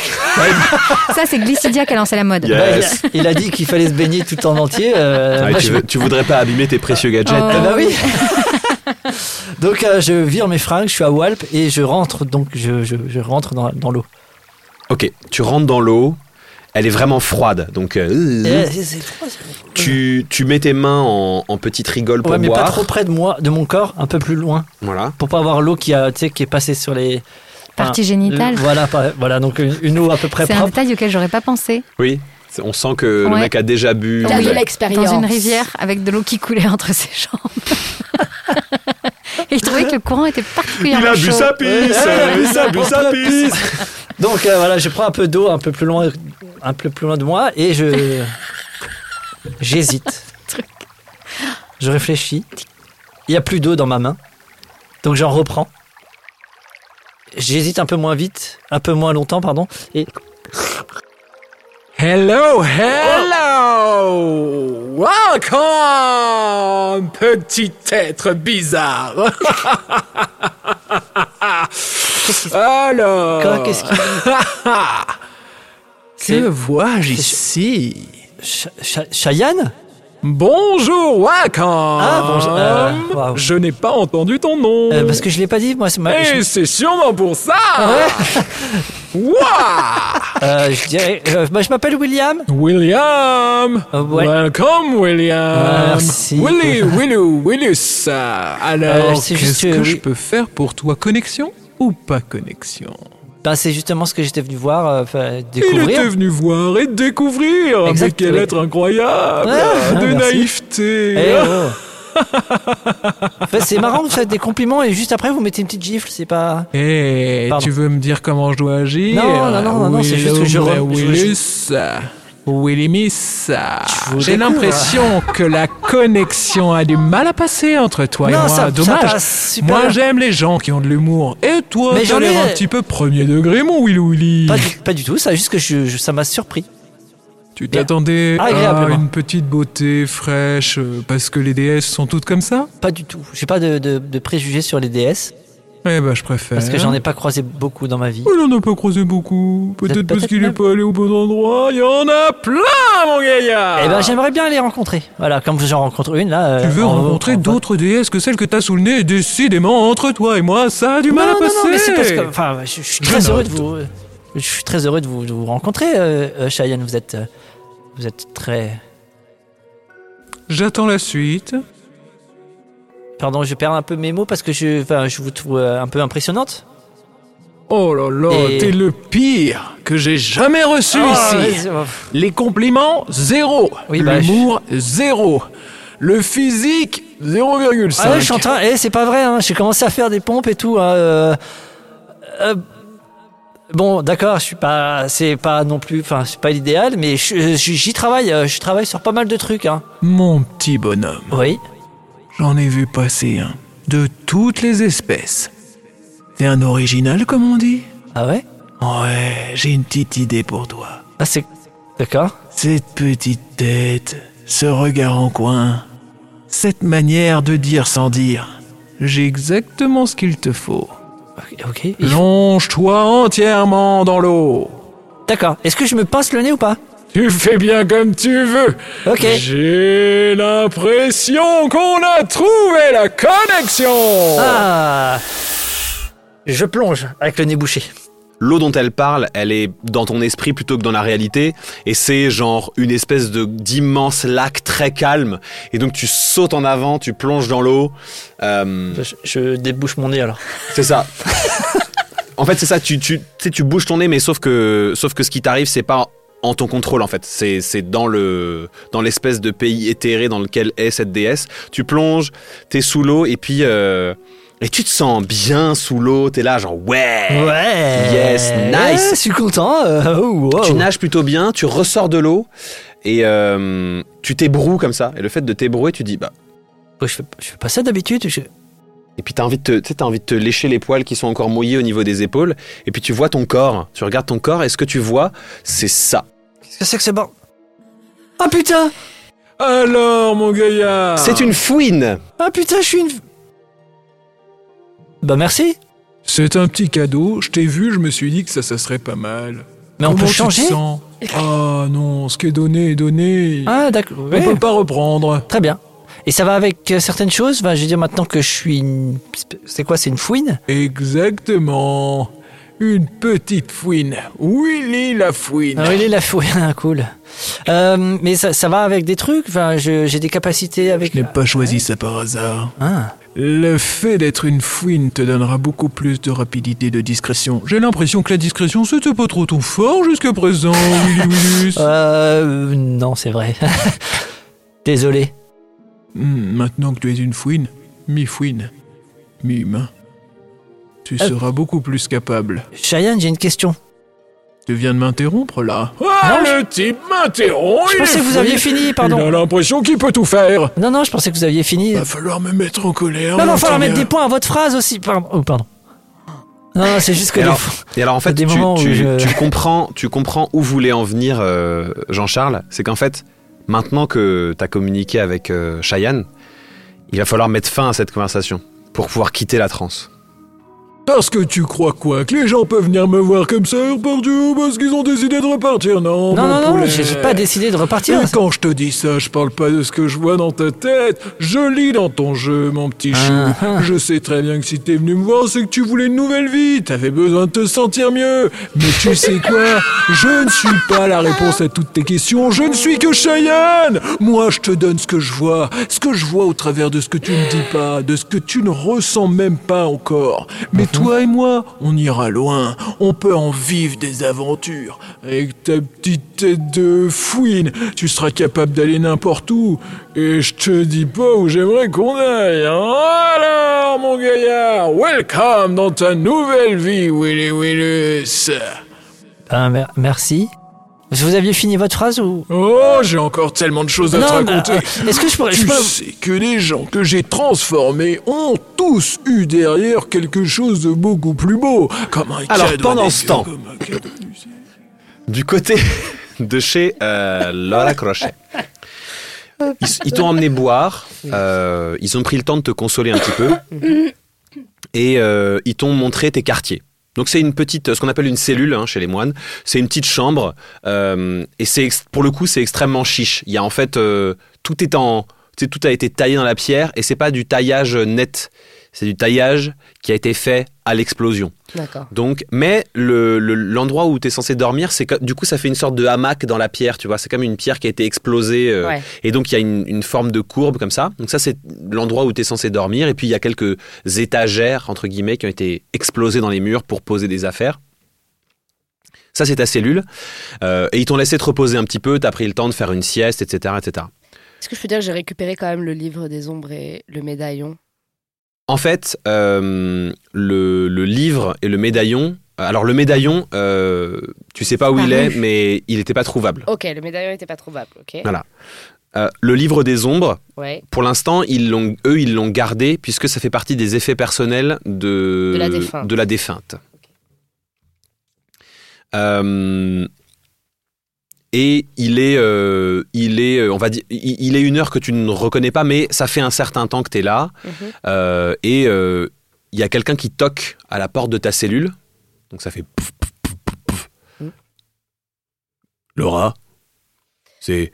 Ça, c'est Glycidia qui a lancé la mode.
Yeah. Yes.
bah, il, a, il a dit qu'il fallait se baigner tout en entier. euh,
Ah,
moi,
tu,
je-
veux- tu voudrais pas abîmer tes précieux gadgets
Oh.
Ah bah oui Donc euh, je vire mes fringues, je suis à Walp et je rentre donc je, je, je rentre dans, dans l'eau.
Ok, tu rentres dans l'eau. Elle est vraiment froide, donc euh,
Eh, c'est- c'est-
tu, tu mets tes mains en, en petite rigole pour
Ouais, mais
boire.
pas trop près de moi, de mon corps, un peu plus loin,
Voilà.
pour pas avoir l'eau qui a tu sais, qui est passée sur les
Partie
enfin,
génitale.
le- voilà, pas- voilà donc une, une eau à peu près
C'est un
propre.
détail auquel j'aurais pas pensé.
Oui, c'est- on sent que le
Ouais.
mec a déjà bu.
T'as
Oui.
de
Il a-
l'expérience.
Dans une rivière avec de l'eau qui coulait entre ses jambes. Et il trouvait que le courant était particulièrement chaud.
pisse Il a bu sa pisse
Donc euh, voilà, je prends un peu d'eau un peu plus loin un peu plus loin de moi et je j'hésite. Je réfléchis. Il y a plus d'eau dans ma main. Donc j'en reprends. J'hésite un peu moins vite, un peu moins longtemps pardon et
Hello, hello! Welcome, petit être bizarre! Alors.
Quoi, qu'est-ce qu'il-
Que vois-je ici?
Ch- Ch- Cheyenne
Bonjour Wacom
Ah, bonjour, euh, waouh.
Je n'ai pas entendu ton nom
Euh, parce que je l'ai pas dit, moi, c'est ma.
Et
je-
c'est sûrement pour ça
Euh, je dirais. euh, bah, je m'appelle William.
William
Oh, ouais.
Welcome William
Merci.
Willy, Willu, Willus
Euh,
Alors,
c'est juste,
qu'est-ce
euh,
que
oui.
je peux faire pour toi Connexion ou pas connexion
Bah, c'est justement ce que j'étais venu voir, euh, enfin,
Il était
découvrir.
venu voir et découvrir
Exact,
avec quel
oui.
être incroyable
Ah,
De
merci.
naïveté
Eh, oh. En fait, c'est marrant, vous faites des compliments et juste après vous mettez une petite gifle, c'est pas.
Eh, tu veux me dire comment je dois agir
Non, non, non, non, non, c'est juste que je
Willow,
re- je-
Willus, Willy Miss.
découvre.
J'ai l'impression que la connexion a du mal à passer entre toi et
Non,
moi.
ça- ça
Dommage.
passe Ah, super bien.
moi, j'aime les gens qui ont de l'humour. Et toi,
Mais
t'as
j'en
l'air
ai-
un petit peu premier degré, mon Willy Willy.
Pas du, pas du tout, ça juste que je, je- ça m'a surpris.
Tu t'attendais à
Agréablement.
une petite beauté fraîche euh, parce que les déesses sont toutes comme ça
Pas du tout. J'ai pas de, de, de préjugés sur les DS
Eh ben, je préfère.
parce que j'en ai pas croisé beaucoup dans ma vie.
Il en a pas croisé beaucoup.
êtes
Peut-être parce
peut-être
qu'il est
même-
pas allé au bon endroit. Il y en a plein, mon gaillard
Eh ben, j'aimerais bien les rencontrer. Voilà, comme j'en rencontre une là.
Tu
euh,
veux
en-
rencontrer d'autres déesses que celles que t'as sous le nez Décidément, entre toi et moi, ça a du mal
non,
à
non,
passer
non, mais c'est parce que. Enfin, je, je suis
Je
très
note.
heureux de vous. euh, Je suis très heureux de vous, de vous rencontrer, euh, euh, Cheyenne. Vous êtes, euh, vous êtes très.
J'attends la suite.
Pardon, je perds un peu mes mots parce que je, enfin, je vous trouve euh, un peu impressionnante.
Oh là là,
Et-
t'es le pire que j'ai jamais reçu
Ah,
ici.
ouais, c'est-
Les compliments, zéro.
Oui, bah,
L'humour, zéro. Le physique, 0,5.
Ah ouais, je suis en train. Eh, c'est pas vrai. Hein. J'ai commencé à faire des pompes et tout. hein, euh, euh, Bon, d'accord. Je suis pas. C'est pas non plus. Enfin, c'est pas l'idéal, mais je- je- j'y travaille. euh, Je travaille sur pas mal de trucs. Hein.
Mon petit bonhomme.
Oui.
J'en ai vu passer un. De toutes les espèces. T'es un original, comme on dit
Ah ouais
Ouais, j'ai une petite idée pour toi.
Ah c'est. D'accord.
Cette petite tête, ce regard en coin, cette manière de dire sans dire. J'ai exactement ce qu'il te faut.
Ok. il-
Plonge-toi entièrement dans l'eau.
D'accord. Est-ce que je me pince le nez ou pas
Tu fais bien comme tu veux.
Ok.
J'ai l'impression qu'on a trouvé la connexion.
Ah. Je plonge avec le nez bouché.
L'eau dont elle parle, elle est dans ton esprit plutôt que dans la réalité, et c'est genre une espèce de d'immense lac très calme. Et donc tu sautes en avant, tu plonges dans l'eau. euh,
Je, je débouche mon nez alors.
c'est ça. en fait, c'est ça. Tu tu tu sais, tu bouges ton nez, mais sauf que sauf que ce qui t'arrive, c'est pas en ton contrôle en fait. C'est c'est dans le dans l'espèce de pays éthéré dans lequel est cette déesse. Tu plonges, t'es sous l'eau, et puis. euh, et tu te sens bien sous l'eau, t'es là genre ouais,
Ouais.
yes, nice,
Ouais, Je suis content. euh, oh, wow.
tu nages plutôt bien, tu ressors de l'eau et euh, tu t'ébroues comme ça. Et le fait de t'ébrouer, tu dis bah.
Je fais, je fais pas ça d'habitude. je-
Et puis t'as envie de te, tu sais, t'as envie de te lécher les poils qui sont encore mouillés au niveau des épaules. Et puis tu vois ton corps. Tu regardes ton corps et ce que tu vois, c'est ça.
Qu'est-ce que c'est que ce bord Ah putain
Alors, mon gaillard.
C'est une fouine.
Ah putain, je suis une. Bah merci
C'est un petit cadeau. Je t'ai vu, je me suis dit que ça, ça serait pas mal.
Mais on
Comment
peut
tu te
changer
sens Ah non, ce qui est donné est donné.
Ah d'accord,
On
ouais,
peut pas reprendre.
très bien. Et ça va avec euh, certaines choses Enfin, Je veux dire, maintenant que je suis une... C'est quoi, c'est une fouine
Exactement. Une petite fouine. Willy la fouine.
Ah, il est la fouine, cool. Euh, mais ça, ça va avec des trucs enfin, je- J'ai des capacités avec...
Je n'ai pas choisi ça par hasard.
Ah.
Le fait d'être une fouine te donnera beaucoup plus de rapidité et de discrétion. J'ai l'impression que la discrétion, c'était pas trop ton fort jusqu'à présent, Willy Willus.
Euh, non, c'est vrai. Désolé.
Hmm, maintenant que tu es une fouine, mi-fouine, mi-humain, tu
Euh.
seras beaucoup plus capable.
Cheyenne, j'ai une question.
Tu viens de m'interrompre, là
Ah, Non,
le type m'interrompt
Ah, Je pensais que vous aviez fini, pardon.
l'impression qu'il peut tout faire
Non, non, je pensais que vous aviez fini.
Bah,
Va falloir me mettre en colère.
Non, non,
mon
il falloir
Tanguy.
mettre des points à votre phrase aussi. Pardon. Oh, pardon. Non, non, c'est juste que
Et
des
alors,
fois-
et alors en fait,
des
tu,
moments où
tu-
je-
tu comprends, tu comprends où voulait en venir euh, Jean-Charles. C'est qu'en fait, maintenant que t'as communiqué avec euh, Cheyenne, il va falloir mettre fin à cette conversation pour pouvoir quitter la transe.
Parce que tu crois quoi Que les gens peuvent venir me voir comme ça, partout parce qu'ils ont décidé de repartir, non
Non,
mon
non, non,
poulet
j'ai j'ai pas décidé de repartir.
Et quand je te dis ça, je parle pas de ce que je vois dans ta tête. Je lis dans ton jeu, mon petit chou. Je sais très bien que si t'es venu me voir, c'est que tu voulais une nouvelle vie. T'avais besoin de te sentir mieux. Mais tu sais quoi Je ne suis pas la réponse à toutes tes questions. Je ne suis que Cheyenne. Moi, je te donne ce que je vois. Ce que je vois au travers de ce que tu ne dis pas, de ce que tu ne ressens même pas encore. Mais toi et moi, on ira loin. On peut en vivre des aventures. Avec ta petite tête de fouine, tu seras capable d'aller n'importe où. Et je te dis pas où j'aimerais qu'on aille. hein. Alors, mon gaillard, welcome dans ta nouvelle vie, Willy Willus.
Ben, mer- merci. Vous aviez fini votre phrase ou
Oh, j'ai encore tellement de choses à
Non,
te
mais,
raconter.
euh, est-ce que je pourrais-
Tu
je pourrais-
sais que les gens que j'ai transformés ont tous eu derrière quelque chose de beaucoup plus beau. Comme un
Alors,
cadre
pendant
des
ce
yeux
temps.
comme un cadre.
du côté de chez euh, Laura Crochet. Ils, ils t'ont emmené boire, euh, ils ont pris le temps de te consoler un petit peu et euh, ils t'ont montré tes quartiers. Donc c'est une petite, ce qu'on appelle une cellule hein, chez les moines. C'est une petite chambre euh, et c'est ex- pour le coup c'est extrêmement chiche. Il y a en fait euh, tout est en, tu sais, tout a été taillé dans la pierre et c'est pas du taillage net, c'est du taillage qui a été fait à l'explosion.
D'accord.
Donc, mais le- le- l'endroit où tu es censé dormir, c'est que- du coup, ça fait une sorte de hamac dans la pierre, tu vois. C'est comme une pierre qui a été explosée. euh,
Ouais.
Et donc, il y a une, une forme de courbe comme ça. Donc, ça, c'est l'endroit où tu es censé dormir. Et puis, il y a quelques étagères, entre guillemets, qui ont été explosées dans les murs pour poser des affaires. Ça, c'est ta cellule. Euh, et ils t'ont laissé te reposer un petit peu. Tu as pris le temps de faire une sieste, etc. etc.
Est-ce que je peux dire que j'ai récupéré quand même le livre des ombres et le médaillon
En fait, euh, le, le livre et le médaillon. Alors, le médaillon, euh, tu sais pas où il est,
Disparu.
mais il n'était pas trouvable.
Ok, le médaillon était pas trouvable, ok
Voilà. Euh, le livre des ombres,
Ouais.
pour l'instant, ils l'ont- eux, ils l'ont gardé puisque ça fait partie des effets personnels de,
De la défunte.
de la défunte. Euh, et il est, euh, il est, euh, on va dire, il il est une heure que tu ne reconnais pas, mais ça fait un certain temps que tu es là.
Mhm.
Euh, et euh, il y a quelqu'un qui toque à la porte de ta cellule. Donc ça fait. pouf, pouf, pouf, pouf, pouf.
Mhm.
Laura, c'est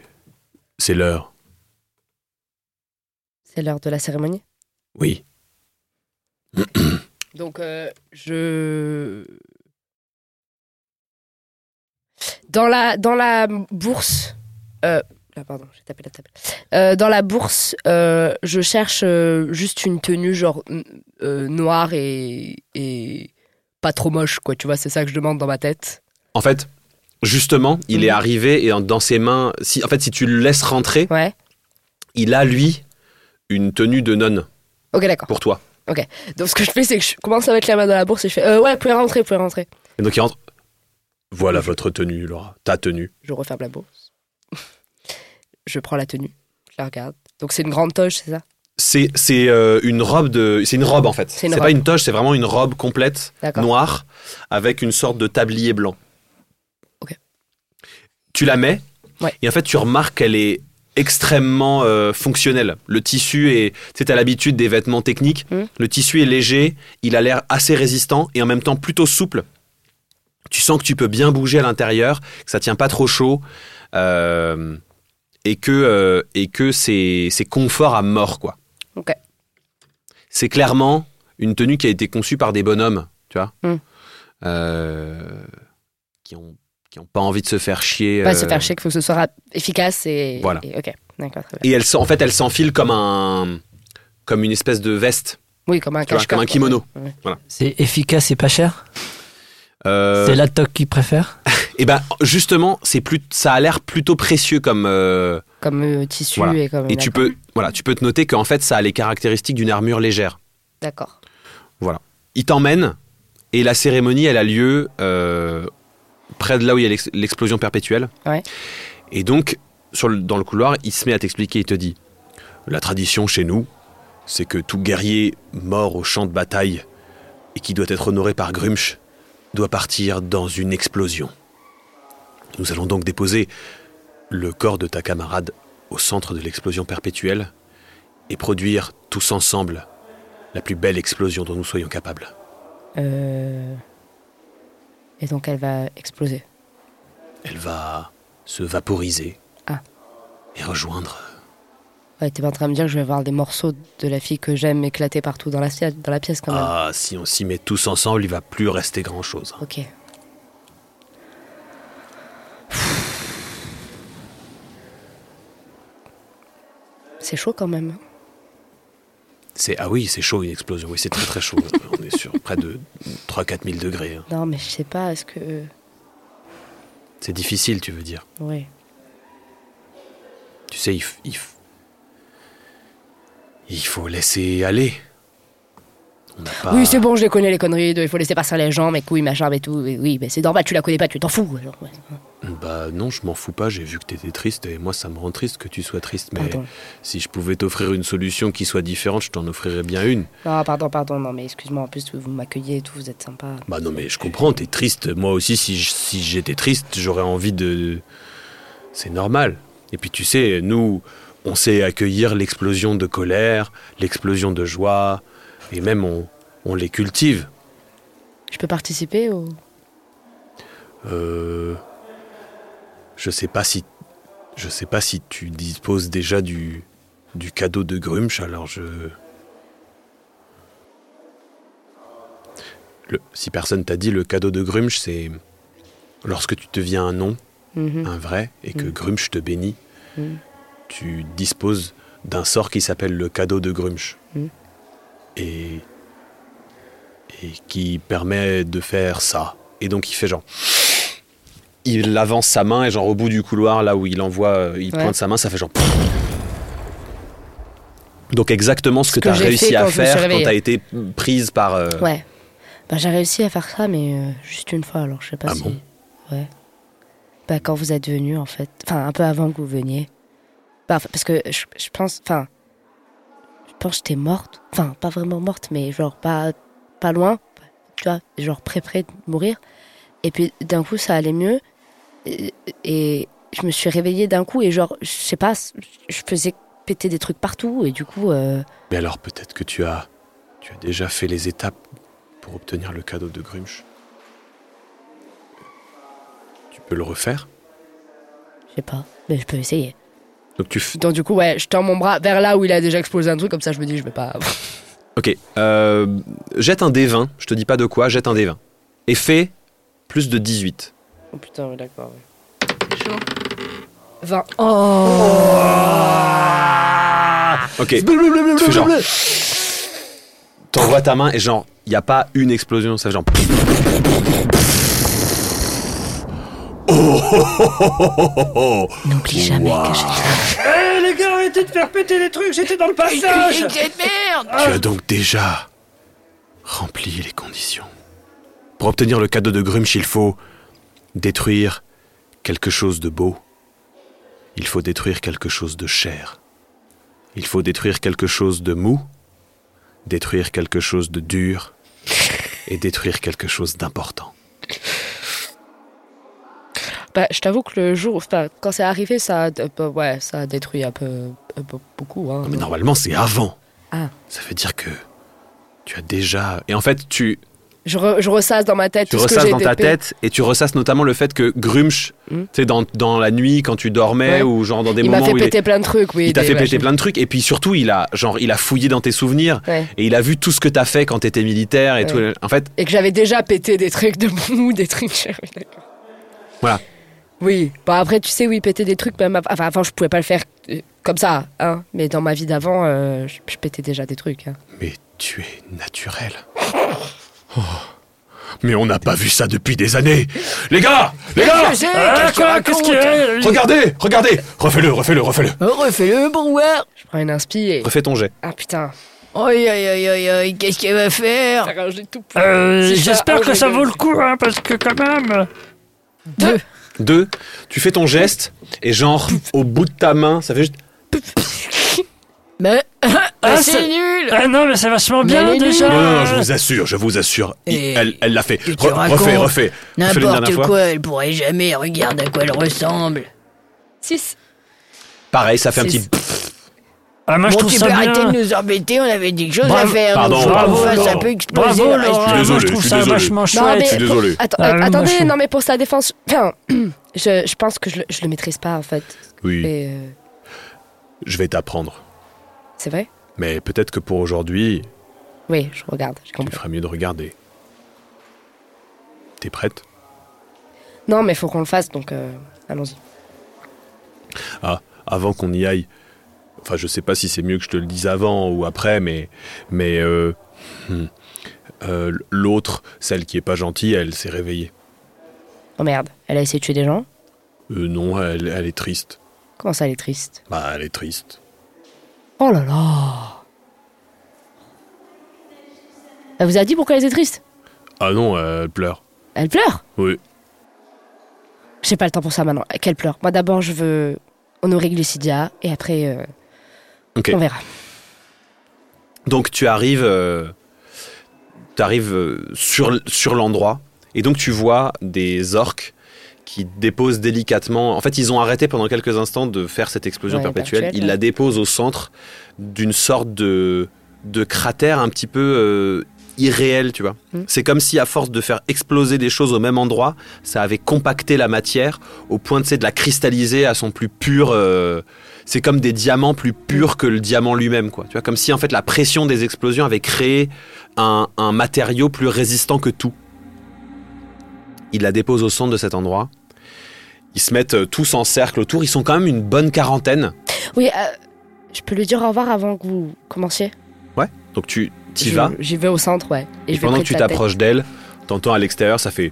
c'est l'heure.
C'est l'heure de la cérémonie
Oui.
Donc, euh, je. Dans la, dans la bourse. Euh, ah, pardon, j'ai tapé la table. Euh, dans la bourse, euh, je cherche euh, juste une tenue genre n- euh, noire et, et pas trop moche, quoi. Tu vois, c'est ça que je demande dans ma tête.
En fait, justement, il
Mhm.
est arrivé et en- dans ses mains, si, en fait, si tu le laisses rentrer, il a, lui, une tenue de nonne
Ok, d'accord.
pour toi.
Ok. Donc, ce que je fais, c'est que je commence à mettre la main dans la bourse et je fais euh, Ouais, vous pouvez rentrer, vous pouvez rentrer.
Et donc il rentre. Voilà votre tenue, Laura. Ta tenue.
Je referme la bourse. je prends la tenue, je la regarde. Donc, c'est une grande toche, c'est ça
C'est c'est, euh, une robe de. C'est une robe en fait.
C'est
C'est
une
pas
robe.
une toche, c'est vraiment une robe complète,
D'accord.
noire, avec une sorte de tablier blanc. Tu la mets,
Ouais.
et en fait tu remarques qu'elle est extrêmement euh, fonctionnelle. Le tissu est. Tu sais, t'as l'habitude des vêtements techniques.
Hmm.
Le tissu est léger, il a l'air assez résistant et en même temps plutôt souple. Tu sens que tu peux bien bouger à l'intérieur, que ça tient pas trop chaud. euh, et que, euh, et que c'est c'est confort à mort, quoi
Ok.
c'est clairement une tenue qui a été conçue par des bonhommes, tu vois,
Mm.
Euh, qui ont qui ont pas envie de se faire chier.
Pas
euh,
se faire chier, il faut que ce soit rap- efficace et.
Voilà.
et- ok, d'accord, très bien.
Et elle, s'en- en fait, elle s'enfile comme un comme une espèce de veste,
Oui, comme un
tu vois,
cache
comme un kimono. Voilà.
C'est efficace et pas cher
Euh,
C'est la toque qu'ils préfèrent
Et ben justement, c'est plus ça a l'air plutôt précieux comme euh,
Comme euh, tissu
voilà.
et comme.
tu
d'accord.
peux voilà, tu peux te noter qu'en fait ça a les caractéristiques d'une armure légère.
D'accord.
Voilà. Il t'emmène et la cérémonie, elle a lieu euh, près de là où il y a l'ex- l'explosion perpétuelle.
Ouais.
Et donc, sur le- dans le couloir, il se met à t'expliquer, il te dit La tradition chez nous, c'est que tout guerrier mort au champ de bataille et qui doit être honoré par Grumsh doit partir dans une explosion. Nous allons donc déposer le corps de ta camarade au centre de l'explosion perpétuelle et produire tous ensemble la plus belle explosion dont nous soyons capables.
Euh, Et donc elle va exploser.
Elle va se vaporiser
Ah.
et rejoindre.
Ouais, t'es pas en train de me dire que je vais voir des morceaux de la fille que j'aime éclater partout dans la, sia- dans la pièce quand même.
Ah, si on s'y met tous ensemble, il va plus rester grand-chose.
Ok. C'est chaud quand même.
C'est ah oui, c'est chaud une explosion. Oui, c'est très très chaud. on est sur près de 3 4000 degrés. hein.
Non, mais je sais pas, est-ce que. euh,
C'est difficile, tu veux dire.
Oui.
Tu sais, il, f- il, f- il faut laisser aller. On n'a pas.
Oui, c'est bon, je les connais les conneries de il faut laisser passer les gens, mes couilles, machin, et tout. Et Oui, mais c'est normal, tu la connais pas, tu t'en fous. alors, ouais.
Bah non, je m'en fous pas, j'ai vu que t'étais triste et moi ça me rend triste que tu sois triste, mais
Pardon.
si je pouvais t'offrir une solution qui soit différente, je t'en offrirais bien une.
Non, Ah, pardon, pardon, non, mais excuse-moi, en plus, vous m'accueillez et tout, vous êtes sympa.
Bah non mais je comprends, t'es triste, moi aussi si, j- si j'étais triste, j'aurais envie de... C'est normal. Et puis tu sais, nous, on sait accueillir l'explosion de colère, l'explosion de joie, et même on, on les cultive.
Je peux participer au.
Euh, je sais pas si je sais pas si tu disposes déjà du du cadeau de Grumsch, alors je Le- si personne t'a dit le cadeau de Grumsch, c'est lorsque tu deviens un nom,
Mhm.
un vrai, et que
Mhm.
Grumsch te bénit,
Mhm.
tu disposes d'un sort qui s'appelle le cadeau de Grumsch.
Mhm.
Et et qui permet de faire ça. Et donc il fait genre. Il avance sa main et genre au bout du couloir, là où il envoie, euh, il
Ouais.
pointe sa main, ça fait genre. Donc exactement ce que,
que
tu as
j'ai fait
réussi
quand
à
je me suis
faire quand
réveillée.
t'as été prise par. euh,
Ouais. Bah, j'ai réussi à faire ça, mais euh, juste une fois, alors je sais pas
Ah
si.
bon
ouais. Bah, quand vous êtes venu, en fait. Enfin, un peu avant que vous veniez. Bah, enfin, parce que je, je pense. Enfin. Je pense que j'étais morte. Enfin, pas vraiment morte, mais genre pas, pas loin. Tu vois, genre près près de mourir. Et puis d'un coup, ça allait mieux. Et, et je me suis réveillée d'un coup, et genre, je sais pas, je faisais péter des trucs partout, et du coup. euh,
Mais alors peut-être que tu as, tu as déjà fait les étapes pour obtenir le cadeau de Grumsch. Tu peux le refaire.
Je sais pas, mais je peux essayer.
Donc tu, f-
Donc du coup, ouais, je tends mon bras vers là où il a déjà explosé un truc, comme ça je me dis, je vais pas...
Ok. euh, jette un D20. Je te dis pas de quoi, jette un D20. Et fais plus de 18.
Oh putain, ouais, d'accord. ouais.
Chaud.
20.
Ok. Tu fais genre. T'envoies ta main et genre, il n'y a pas une explosion, ça fait genre.
Oh, oh, oh, oh, oh, oh, oh.
N'oublie
jamais que
Hé Eh, les gars, arrêtez de faire péter les trucs, j'étais dans le passage Ah.
Tu as donc déjà rempli les conditions. Pour obtenir le cadeau de Grumsch, il faut détruire quelque chose de beau. Il faut détruire quelque chose de cher. Il faut détruire quelque chose de mou. Détruire quelque chose de dur. Et détruire quelque chose d'important.
Bah, je t'avoue que le jour, enfin, quand c'est arrivé, ça, a- euh, bah, ouais, ça a détruit un peu, un peu- beaucoup. Hein.
Non, mais normalement, c'est avant.
Ah.
Ça veut dire que tu as déjà. Et en fait, tu,
Je, re- je ressasse dans ma tête
tu
tout ce que
ressasses
j'ai
dans ta
tapé.
tête et tu ressasses notamment le fait que Grumsch, tu sais, dans, dans la nuit quand tu
Ouais.
dormais ou genre dans des
Il m'a
moments
fait
où
péter
il, est-
plein de trucs, oui.
il t'a
des
fait
machins.
péter plein de trucs et puis surtout il a genre il a fouillé dans tes souvenirs
Ouais.
et il a vu tout ce que t'as fait quand t'étais militaire et
Ouais.
tout. En fait,
Et que j'avais déjà pété des trucs de mou, des trucs...
voilà.
Oui, bah après, tu sais, oui, péter des trucs, même av- enfin, avant, je pouvais pas le faire euh, comme ça, hein. Mais dans ma vie d'avant, euh, je, je pétais déjà des trucs. hein.
Mais tu es naturel. Oh. Mais on n'a pas vu ça depuis des années. Les gars, les gars,
Qu'est-ce que c'est Eh,
Ah,
Qu'est-ce que tu
quoi Qu'est-ce qu'il y a
racontes
regardez, regardez, refais-le, refais-le, refais-le.
Oh, Refais-le pour voir.
Je prends une inspi et...
Refais ton jet.
Ah putain.
Aïe, aïe, aïe, aïe, aïe, qu'est-ce qu'elle va faire
Euh,
Si ça
J'espère
a
que ça
enlevé.
vaut le coup, hein, parce que quand même.
Deux, tu fais ton geste et genre au bout de ta main, ça fait juste
Mais.
Ah,
c'est
c'est-
nul
Ah non, mais c'est vachement bien
elle est
déjà.
Non, non, non, je
Ah.
vous assure, je vous assure. Il-
Et-
elle elle l'a fait.
tu
Re-
racontes
refais, refais. Refais-le une
N'importe
dernière
quoi,
fois.
elle pourrait jamais, regarde à quoi elle ressemble
6.
Pareil, ça fait un petit.
Ah, moi, je
bon,
trouve
tu
ça
peux
bien.
arrêter de nous embêter, on avait des choses à
Bravo.
faire.
Pardon,
Il faut
bravo,
qu'on fasse
Laurent.
un peu exploser
Bravo,
Ah,
le
Laurent.
restaurant.
Moi, je Désolé, trouve je suis ça désolé. vachement
Non, mais
chouette.
pour- Attends- euh,
Ah, moi,
attendez,
je suis-
non, mais pour sa défense, enfin, je, je pense que je le, je le maîtrise pas en fait.
Oui.
Et, euh,
Je vais t'apprendre.
c'est vrai
Mais peut-être que pour aujourd'hui,
Oui, je regarde. j'ai
tu
compris.
ferais mieux de regarder. T'es prête
Non, mais faut qu'on le fasse, donc euh, allons-y.
Ah, avant qu'on y aille. Enfin, je sais pas si c'est mieux que je te le dise avant ou après, mais. Mais. euh, hmm, euh, L'autre, celle qui est pas gentille, elle s'est réveillée.
Oh merde, elle a essayé de tuer des gens.
Euh, non, elle, elle est triste.
Comment ça, elle est triste
Bah, elle est triste.
Oh là là Elle vous a dit pourquoi elle était triste
Ah non, euh, elle pleure.
Elle pleure
Oui.
J'ai pas le temps pour ça maintenant. Qu'elle pleure. Moi d'abord, je veux honorer Glucidia et après, euh,
Ok.
on verra.
Donc tu arrives, euh, t'arrives, euh, sur, sur l'endroit et donc tu vois des orques qui déposent délicatement. En fait, ils ont arrêté pendant quelques instants de faire cette explosion
Ouais,
perpétuelle.
perpétuelle,
ils
ouais.
la déposent au centre d'une sorte de, de cratère un petit peu euh, irréel, tu vois.
Mm.
C'est comme si à force de faire exploser des choses au même endroit, ça avait compacté la matière au point de, c'est, de la cristalliser à son plus pur. euh, c'est comme des diamants plus purs que le diamant lui-même, quoi. Tu vois, comme si en fait la pression des explosions avait créé un, un matériau plus résistant que tout. Il la dépose au centre de cet endroit. Ils se mettent euh, tous en cercle autour. Ils sont quand même une bonne quarantaine.
Oui, euh, je peux lui dire au revoir avant que vous commenciez
Ouais. Donc tu t'y
Je-
vas.
J'y vais au centre, ouais.
Et,
je vais
pendant
près
que
de
tu
ta tête.
t'approches d'elle, t'entends à l'extérieur, ça fait.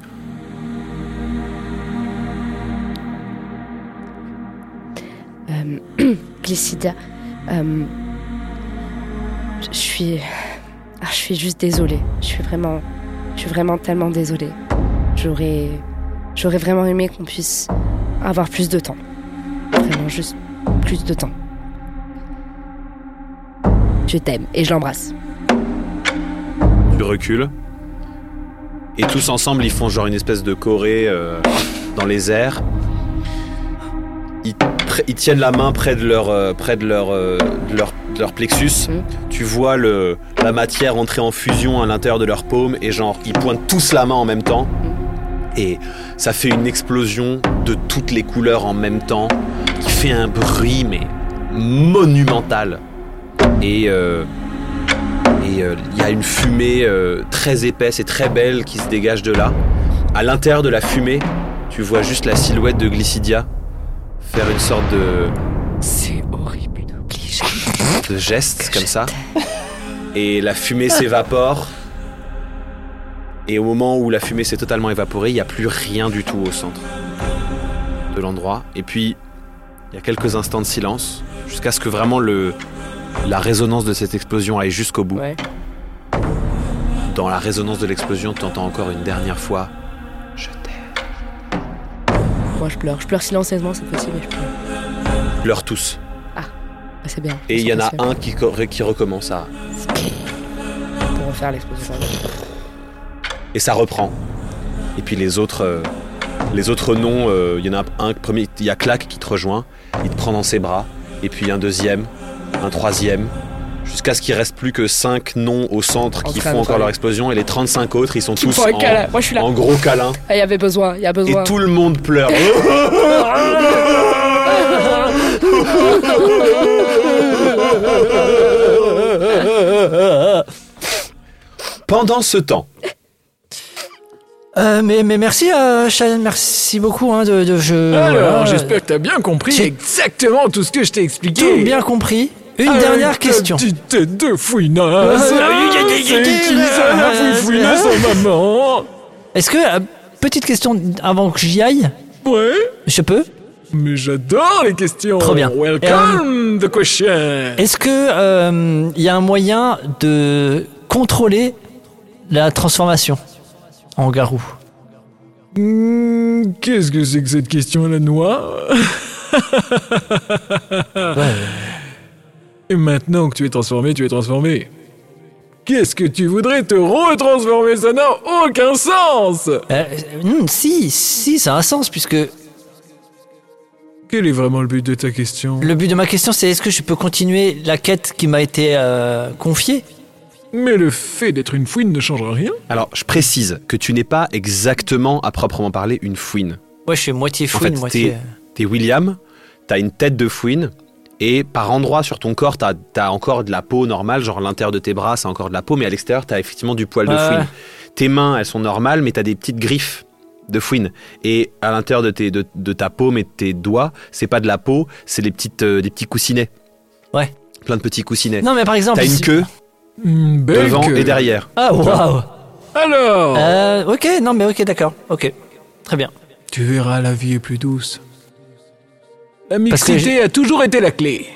Euh, Glycidia, euh, je suis. Ah, je suis juste désolée. Je suis vraiment. Je suis vraiment tellement désolée. J'aurais. J'aurais vraiment aimé qu'on puisse avoir plus de temps. Vraiment juste plus de temps. Je t'aime et je l'embrasse.
Tu recules. Et tous ensemble, ils font genre une espèce de choré euh, dans les airs. Ils, pr- ils tiennent la main près de leur, euh, près de leur, euh, de leur, de leur plexus. Tu vois le, la matière entrer en fusion à l'intérieur de leur paume et genre ils pointent tous la main en même temps. Et ça fait une explosion de toutes les couleurs en même temps qui fait un bruit mais monumental. Et euh, et euh, il y a une fumée euh, très épaisse et très belle qui se dégage de là. À l'intérieur de la fumée, tu vois juste la silhouette de Glycidia faire une sorte de.
C'est horrible. Obligé.
de geste comme ça. Et la fumée s'évapore. Et au moment où la fumée s'est totalement évaporée, il n'y a plus rien du tout au centre de l'endroit. Et puis, il y a quelques instants de silence, jusqu'à ce que vraiment le, la résonance de cette explosion aille jusqu'au bout. Dans la résonance de l'explosion, tu entends encore une dernière fois.
Moi, je pleure. Je pleure silencieusement cette fois-ci, mais je pleure.
Pleure tous.
Ah, C'est bien.
Et il y en a
C'est-
un qui, co- qui recommence à.
Pour refaire l'exposition.
et ça reprend. Et puis les autres, euh, les autres noms, euh, il y en a un premier, il y a Clac qui te rejoint, il te prend dans ses bras, et puis un deuxième, un troisième, jusqu'à ce qu'il reste plus que cinq noms au centre
En
qui
train
font
de
encore leur
parler.
explosion, et les 35 autres, ils sont
Qui me
tous
font un câlin. Moi, je suis
en,
là.
en gros câlin,
Ah, il y avait besoin, il y a
et
besoin.
tout le monde pleure. Pendant ce temps,
Euh, mais, mais merci, euh, Shannon, merci beaucoup. Hein, de, de- je,
Alors,
voilà.
j'espère que t'as bien compris
J'ai-
exactement tout ce que je t'ai expliqué.
Tout bien compris. Une
Ah,
dernière
ta
question.
Petite tête de
Euh,
fouinasse. C'est qui ça, la foufouinasse en maman
Est-ce que, euh, petite question avant que j'y aille
Ouais.
Je peux
Mais j'adore les questions.
Trop bien.
Welcome
euh,
the question.
Est-ce que euh, il y a un moyen de contrôler la transformation en garou
Hmm, Qu'est-ce que c'est que cette question à la noix Et maintenant que tu es transformé, tu es transformé. Qu'est-ce que tu voudrais te retransformer Ça n'a aucun sens
Euh, hmm, Si, si, ça a un sens puisque
Quel est vraiment le but de ta question
Le but de ma question, c'est est-ce que je peux continuer la quête qui m'a été euh, confiée
Mais le fait d'être une fouine ne changera rien.
Alors, je précise que tu n'es pas exactement, à proprement parler, une fouine.
Ouais, je suis moitié fouine,
en fait,
moitié.
t'es- T'es William, t'as une tête de fouine, et par endroits sur ton corps, t'as as encore de la peau normale, genre l'intérieur de tes bras, c'est encore de la peau, mais à l'extérieur, t'as effectivement du poil de
Ouais,
fouine.
ouais.
Tes mains, elles sont normales, mais t'as des petites griffes de fouine. Et à l'intérieur de, tes- de, de ta peau, mais de tes doigts, c'est pas de la peau, c'est des, petites, euh, des petits coussinets.
Ouais.
Plein de petits coussinets.
Non, mais par exemple,
T'as une
si-
queue,
Une belle
devant
queue.
et derrière.
Ah, waouh
Alors
Euh, Ok, non, mais ok, d'accord. Ok, très bien.
Tu verras, la vie est plus douce. La
Parce que
mixité a toujours été la clé.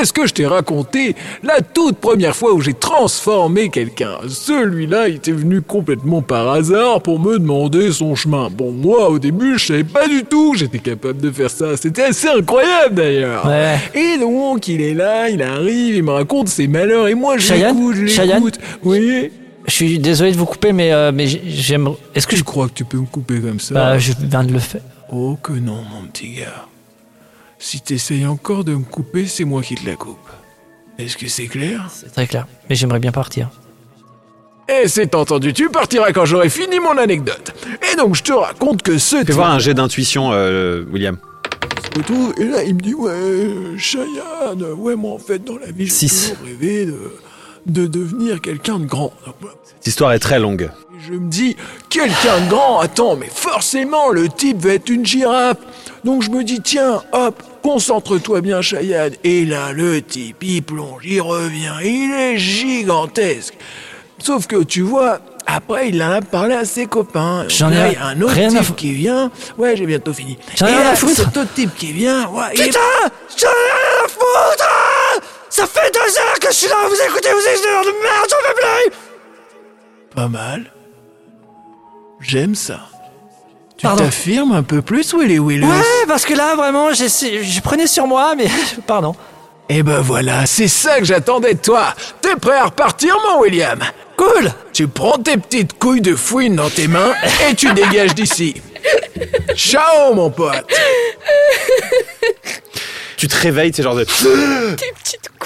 Est-ce que je t'ai raconté la toute première fois où j'ai transformé quelqu'un Celui-là il était venu complètement par hasard pour me demander son chemin. Bon, moi, au début, je savais pas du tout que j'étais capable de faire ça. C'était assez incroyable, d'ailleurs.
Ouais.
Et donc, il est là, il arrive, il me raconte ses malheurs, et moi, je
Cheyenne
l'écoute, je
Cheyenne
l'écoute. Oui
Je suis désolé de vous couper, mais, euh, mais j'ai- j'aime. Est-ce que je.
crois que tu peux me couper comme ça
Bah, je viens de le faire.
Oh que non, mon petit gars. Si t'essayes encore de me couper, c'est moi qui te la coupe. Est-ce que c'est clair
C'est très clair. Mais j'aimerais bien partir.
Eh, c'est entendu, tu partiras quand j'aurai fini mon anecdote. Et donc, je te raconte que
Ah,
ce
Fais voir un jet d'intuition, euh, William.
se retrouve, et là, il me dit, ouais, euh, Cheyenne, ouais, moi, en fait, dans la vie, j'ai
Six.
toujours rêvé de, de devenir quelqu'un de grand. Donc, moi,
Cette histoire est très longue.
Je me dis, quelqu'un de grand, attends, mais forcément, le type va être une girafe. Donc je me dis, tiens, hop, concentre-toi bien, Cheyenne. Et là, le type, il plonge, il revient, il est gigantesque. Sauf que tu vois, après, il en a parlé à ses copains.
J'en
Donc
ai
là, il y a un autre
rien à
type
fou-
qui vient. Ouais, j'ai bientôt fini.
J'en ai
Et
rien
là,
à foutre.
Cet autre Hein type qui vient, ouais, il est-
Putain J'en ai rien à foutre Ça fait deux heures que je suis là, vous écoutez, vous êtes une heure de merde, j'en veux plus
Pas mal. J'aime ça. Tu
Pardon.
t'affirmes un peu plus, Willy Willis
Ouais, parce que là, vraiment, j'ai- je prenais sur moi, mais. Pardon.
Eh ben voilà, c'est ça que j'attendais de toi. T'es prêt à repartir, mon William Cool Tu prends tes petites couilles de fouine dans tes mains et tu dégages d'ici. Ciao, mon pote
Tu te réveilles, t'es genre de.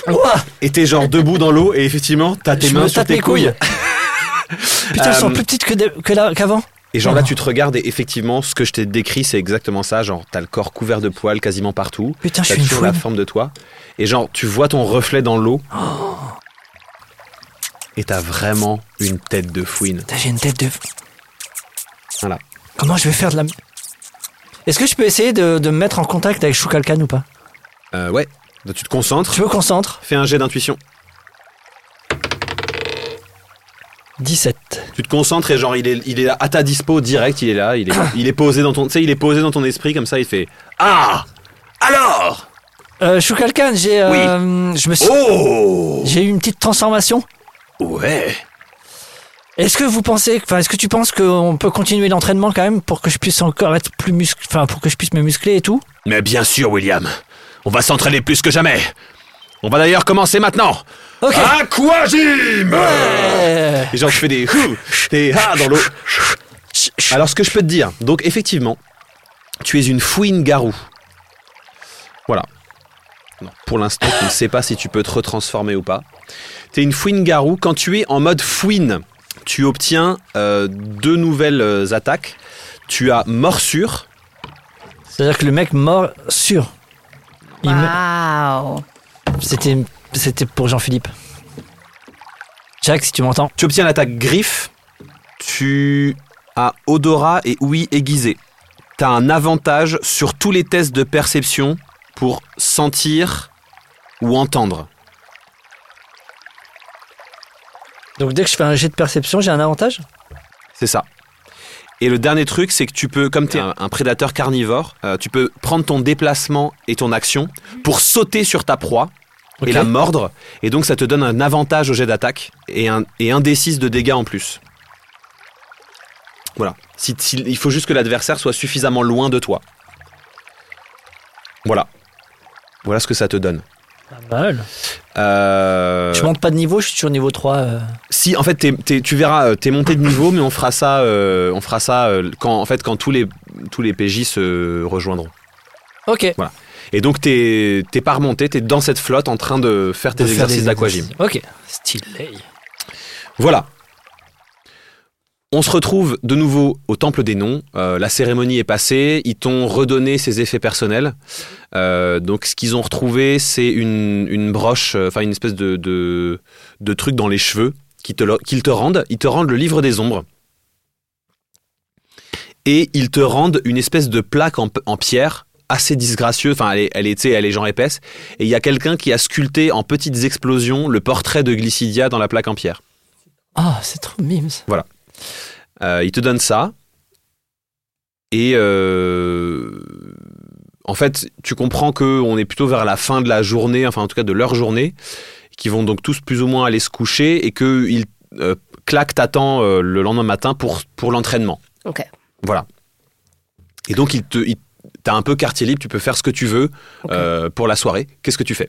Ouah,
Et t'es genre debout dans l'eau, et effectivement, t'as tes
Je
mains
me
sur
tape
tes
les couilles.
couilles.
Putain, elles sont
Euh,
plus petites que de- que là- qu'avant.
Et genre là,
Oh.
tu te regardes et effectivement, ce que je t'ai décrit, c'est exactement ça. Genre, t'as le corps couvert de poils quasiment partout.
Putain, je
T'as
suis une
toujours la
fouine.
forme de toi. Et genre, tu vois ton reflet dans l'eau.
Oh.
Et t'as vraiment une tête de fouine.
Putain, j'ai une tête de.
Voilà.
Comment je vais faire de la. Est-ce que je peux essayer de, de me mettre en contact avec Shukalkan ou pas
Euh, ouais. Donc, tu te concentres.
Je me concentre.
Fais un jet d'intuition.
17.
Tu te concentres et genre, il est, il est à ta dispo direct. Il est là. Il est, il est posé dans ton, tu sais, il est posé dans ton esprit comme ça. Il fait Ah Alors
Euh, Shukalkan, j'ai. euh, Je me suis.
Oh
J'ai eu une petite transformation.
Ouais.
Est-ce que vous pensez, enfin, est-ce que tu penses qu'on peut continuer l'entraînement quand même pour que je puisse encore être plus musclé, enfin, pour que je puisse me muscler et tout
Mais bien sûr, William. On va s'entraîner plus que jamais. On va d'ailleurs commencer maintenant.
Ok.
Aquagym
Euh,
Et genre, je fais des hou, des ha dans l'eau. Alors, ce que je peux te dire, donc effectivement, tu es une fouine garou. Voilà. Non, pour l'instant, tu ne sais pas si tu peux te retransformer ou pas. Tu es une fouine garou. Quand tu es en mode fouine, tu obtiens euh, deux nouvelles euh, attaques. Tu as morsure.
C'est-à-dire que le mec mort sûr. Il
Bah,
me-
Waouh
C'était, c'était pour Jean-Philippe. Jack, si tu m'entends.
Tu obtiens l'attaque griffe. Tu as odorat et ouïe aiguisée. Tu as un avantage sur tous les tests de perception pour sentir ou entendre.
Donc dès que je fais un jet de perception, j'ai un avantage
C'est ça. Et le dernier truc, c'est que tu peux, comme tu es un, un prédateur carnivore, euh, tu peux prendre ton déplacement et ton action pour sauter sur ta proie
Ok.
et la mordre. Et donc, ça te donne un avantage au jet d'attaque et un, et un des six de dégâts en plus. Voilà. Si- si- il faut juste que l'adversaire soit suffisamment loin de toi. Voilà. Voilà ce que ça te donne.
Pas mal.
Euh,
Je monte pas de niveau, je suis toujours niveau 3. euh.
si en fait t'es- t'es- tu verras euh, t'es monté de niveau mais on fera ça euh, on fera ça euh, quand en fait quand tous les tous les PJ se rejoindront.
Ok.
Voilà. Et donc, t'es t'es pas remonté, t'es dans cette flotte en train de faire tes
De faire
exercices
des
d'aquagym.
Ok, stylé.
Voilà. On se retrouve de nouveau au Temple des Noms. Euh, la cérémonie est passée. Ils t'ont redonné ses effets personnels. Euh, donc, ce qu'ils ont retrouvé, c'est une, une broche, euh, enfin, une espèce de, de, de truc dans les cheveux qu'ils te, le- qu'ils te rendent. Ils te rendent le livre des ombres. Et ils te rendent une espèce de plaque en, en pierre assez disgracieuse. Enfin, elle est, elle est, tu sais, elle est genre épaisse. Et il y a quelqu'un qui a sculpté en petites explosions le portrait de Glycidia dans la plaque en pierre.
Ah, c'est trop mimes.
Voilà. Euh, il te donne ça. Et euh, en fait, tu comprends qu'on est plutôt vers la fin de la journée, enfin en tout cas de leur journée, qu'ils vont donc tous plus ou moins aller se coucher et qu'ils euh, claquent, t'attend euh, le lendemain matin pour, pour l'entraînement.
Ok.
Voilà. Et donc, il te, il- t'as un peu quartier libre, tu peux faire ce que tu veux euh, pour la soirée. Qu'est-ce que tu fais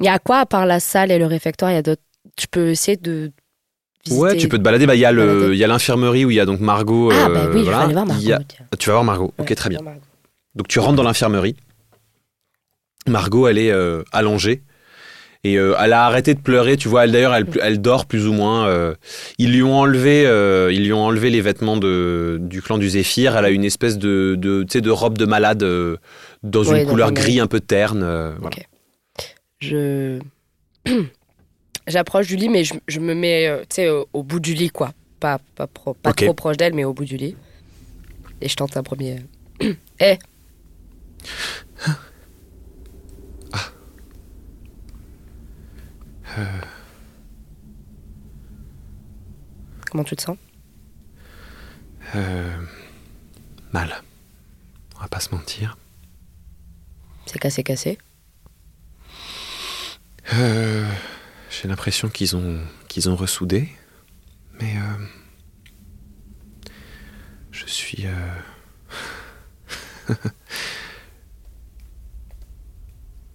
Il y a quoi, à part la salle et le réfectoire, il y a d'autres. Tu peux essayer de. visiter-
Ouais, tu peux te balader. Bah, Il y a le- il y a l'infirmerie où il y a donc Margot. euh,
Ah, bah oui, je vais aller voir
Il y a-
Margot,
Tu vas voir Margot. ok, très bien. Donc tu rentres dans l'infirmerie. Margot, elle est euh, allongée. Et euh, elle a arrêté de pleurer, tu vois. Elle d'ailleurs, elle, elle dort plus ou moins. euh. ils lui ont enlevé, euh, ils lui ont enlevé les vêtements de, du clan du Zéphyr. Elle a une espèce de, de, tu sais, de robe de malade euh, dans
Ouais,
une
dans
couleur
une-
gris un peu terne. euh, voilà.
Je. J'approche du lit, mais je, je me mets, euh, tu sais, au, au bout du lit, quoi. Pas, pas, pro- pas
Ok.
trop proche d'elle, mais au bout du lit. Et je tente un premier. Eh
Ah.
Euh. Comment tu te sens
Euh, mal. On va pas se mentir.
C'est cassé, cassé.
Euh, J'ai l'impression qu'ils ont qu'ils ont ressoudé, mais euh, je suis. euh,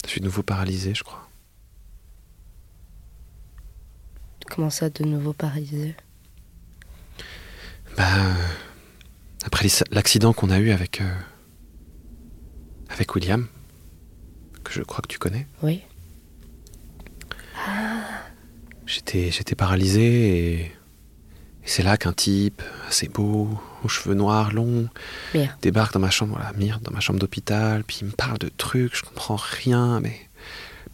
je suis de nouveau paralysé, je crois.
Comment ça, de nouveau paralysé
Bah, euh, après l'is- l'accident qu'on a eu avec euh, avec William, que je crois que tu connais.
Oui.
J'étais, j'étais paralysé et, et c'est là qu'un type assez beau, aux cheveux noirs, longs,
Mire.
débarque dans ma chambre, voilà, mire, dans ma chambre d'hôpital, puis il me parle de trucs, je comprends rien, mais,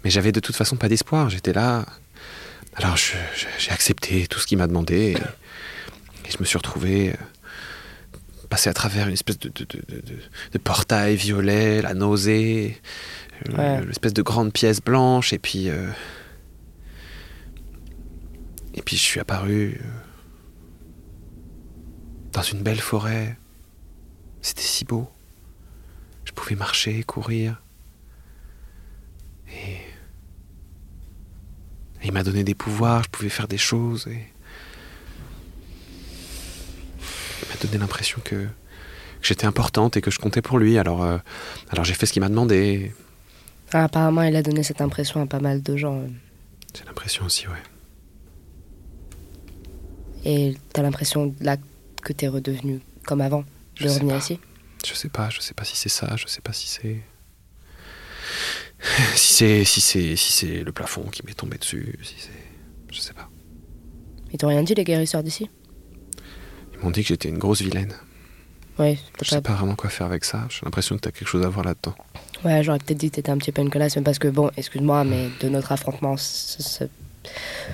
mais j'avais de toute façon pas d'espoir, j'étais là. Alors je- je- j'ai accepté tout ce qu'il m'a demandé et, et je me suis retrouvé euh, passé à travers une espèce de, de- de- de- de- de portail violet, la nausée, euh,
Ouais.
l'espèce de grande pièce blanche et puis... euh, et puis je suis apparu euh, dans une belle forêt. C'était si beau. Je pouvais marcher, courir. Et, et il m'a donné des pouvoirs, je pouvais faire des choses. Et... Il m'a donné l'impression que, que j'étais importante et que je comptais pour lui. Alors, euh, alors j'ai fait ce qu'il m'a demandé.
Ah, apparemment, il a donné cette impression à pas mal de gens. euh.
J'ai l'impression aussi, ouais.
Et t'as l'impression là que t'es redevenu comme avant,
Je
de
sais
revenir
pas.
ici.
Je sais pas, je sais pas si c'est ça, je sais pas si c'est. Si c'est si c'est si c'est le plafond qui m'est tombé dessus, si c'est je sais pas.
Ils t'ont rien dit les guérisseurs d'ici
Ils m'ont dit que j'étais une grosse vilaine.
Ouais, t'as
Je sais pas vraiment quoi faire avec ça. J'ai l'impression que t'as quelque chose à voir là-dedans.
Ouais, j'aurais peut-être dit que t'étais un petit peu une connasse, mais parce que bon, excuse-moi, mais de notre affrontement, ce- ce-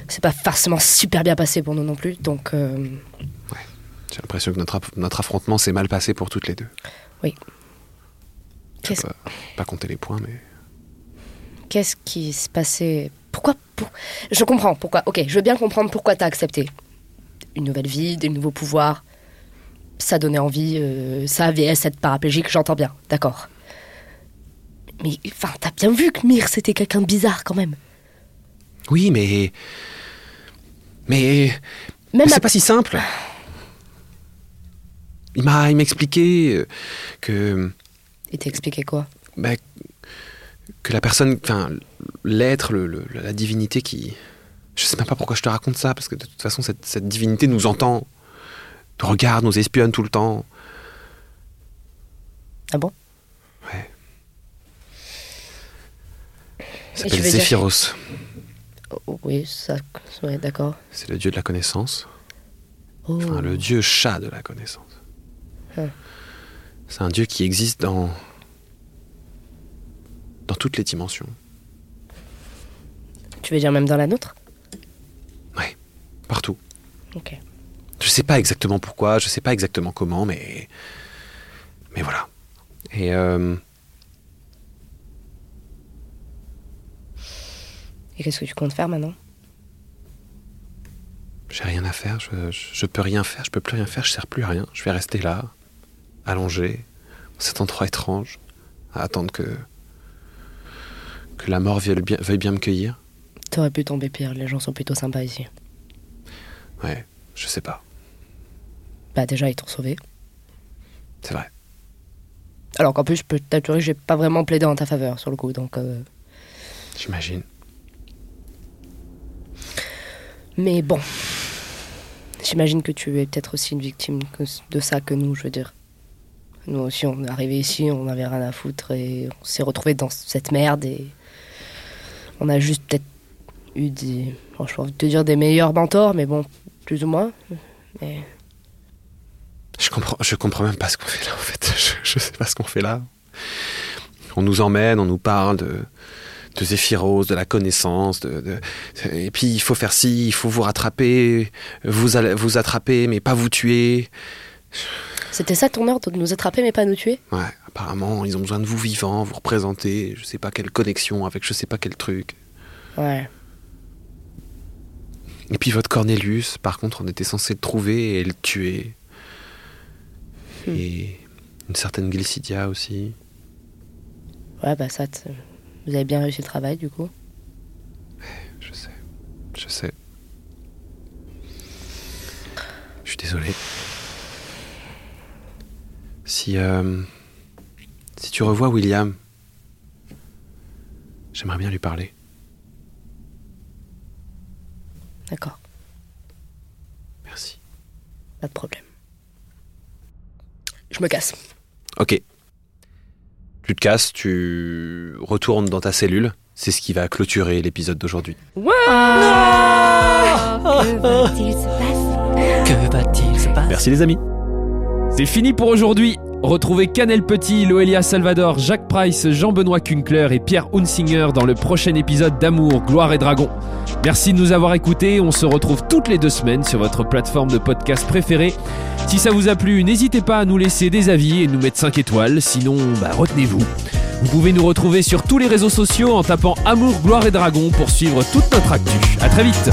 c'est pas forcément super bien passé pour nous non plus, donc euh,
J'ai l'impression que notre, aff- notre affrontement s'est mal passé pour toutes les deux.
oui.
Je vais
Qu'est-ce-
pas, pas compter les points, mais
Qu'est-ce qui se passait Pourquoi pour- Je comprends pourquoi. Ok, je veux bien comprendre pourquoi t'as accepté. Une nouvelle vie, des nouveaux pouvoirs. Ça donnait envie. euh, ça, VS, être paraplégique, j'entends bien. D'accord. Mais enfin, t'as bien vu que Mire, c'était quelqu'un de bizarre quand même.
oui, mais mais,
Même
mais
à-
c'est pas si simple. Il m'a il m'a expliqué euh, que
Il t'a expliqué quoi
bah, que la personne, enfin, l'être, le- le- la divinité qui. Je sais même pas pourquoi je te raconte ça, parce que de toute façon, cette, cette divinité nous entend, nous regarde, nous espionne tout le temps.
Ah bon Et
s'appelle
tu veux dire-
Zéphyros.
Oh, Oui, ça, ouais, d'accord.
C'est le dieu de la connaissance.
Oh.
Enfin, le dieu chat de la connaissance.
Ah.
C'est un dieu qui existe dans. dans toutes les dimensions.
Tu veux dire même dans la nôtre
Partout.
Ok.
Je sais pas exactement pourquoi, je sais pas exactement comment, mais. Mais voilà. Et. euh,
Et qu'est-ce que tu comptes faire maintenant
J'ai rien à faire, je, je, je peux rien faire, je peux plus rien faire, je sers plus à rien. Je vais rester là, allongé, dans cet endroit étrange, à attendre que. que la mort veuille bien, veuille bien me cueillir.
T'aurais pu tomber pire, les gens sont plutôt sympas ici.
Ouais, je sais pas,
Bah déjà, ils t'ont sauvé.
c'est vrai.
Alors qu'en plus, je peux t'assurer que j'ai pas vraiment plaidé en ta faveur sur le coup, donc... euh,
J'imagine.
Mais bon, j'imagine que tu es peut-être aussi une victime que- de ça que nous, je veux dire. Nous aussi, on est arrivés ici, on n'avait rien à foutre et on s'est retrouvés dans cette merde et on a juste peut-être eu des, oh, bon, je vais te dire des meilleurs mentors, mais bon, plus ou moins. Mais
Je comprends, je comprends même pas ce qu'on fait là en fait. Je, je sais pas ce qu'on fait là. On nous emmène, on nous parle de, de Zéphyros, de la connaissance, de, de- et puis il faut faire ci, il faut vous rattraper, vous, allez- vous attraper mais pas vous tuer.
c'était ça ton ordre, de nous attraper mais pas nous tuer
Ouais, apparemment ils ont besoin de vous vivant, vous représenter, je sais pas quelle connexion avec je sais pas quel truc.
Ouais.
Et puis votre Cornelius, par contre on était censé le trouver et le tuer. Et une certaine Glycidia aussi.
Ouais, bah ça, t- vous avez bien réussi le travail du coup.
Je sais. Je sais. Je suis désolé. Si. euh, si tu revois William, j'aimerais bien lui parler.
D'accord,
Merci.
pas de problème. Je me casse.
Ok. Tu te casses, tu retournes dans ta cellule. C'est ce qui va clôturer l'épisode d'aujourd'hui.
Ah.
que va-t-il se passer
Que va-t-il se passer
Merci les amis.
C'est fini pour aujourd'hui. Retrouvez Canel Petit, Loelia Salvador, Jacques Price, Jean-Benoît Kunkler et Pierre Hunsinger dans le prochain épisode d'Amour, Gloire et Dragon. Merci de nous avoir écoutés. On se retrouve toutes les deux semaines sur votre plateforme de podcast préférée. Si ça vous a plu, n'hésitez pas à nous laisser des avis et nous mettre 5 étoiles. Sinon, bah, retenez-vous. Vous pouvez nous retrouver sur tous les réseaux sociaux en tapant Amour, Gloire et Dragon pour suivre toute notre actu. À très vite.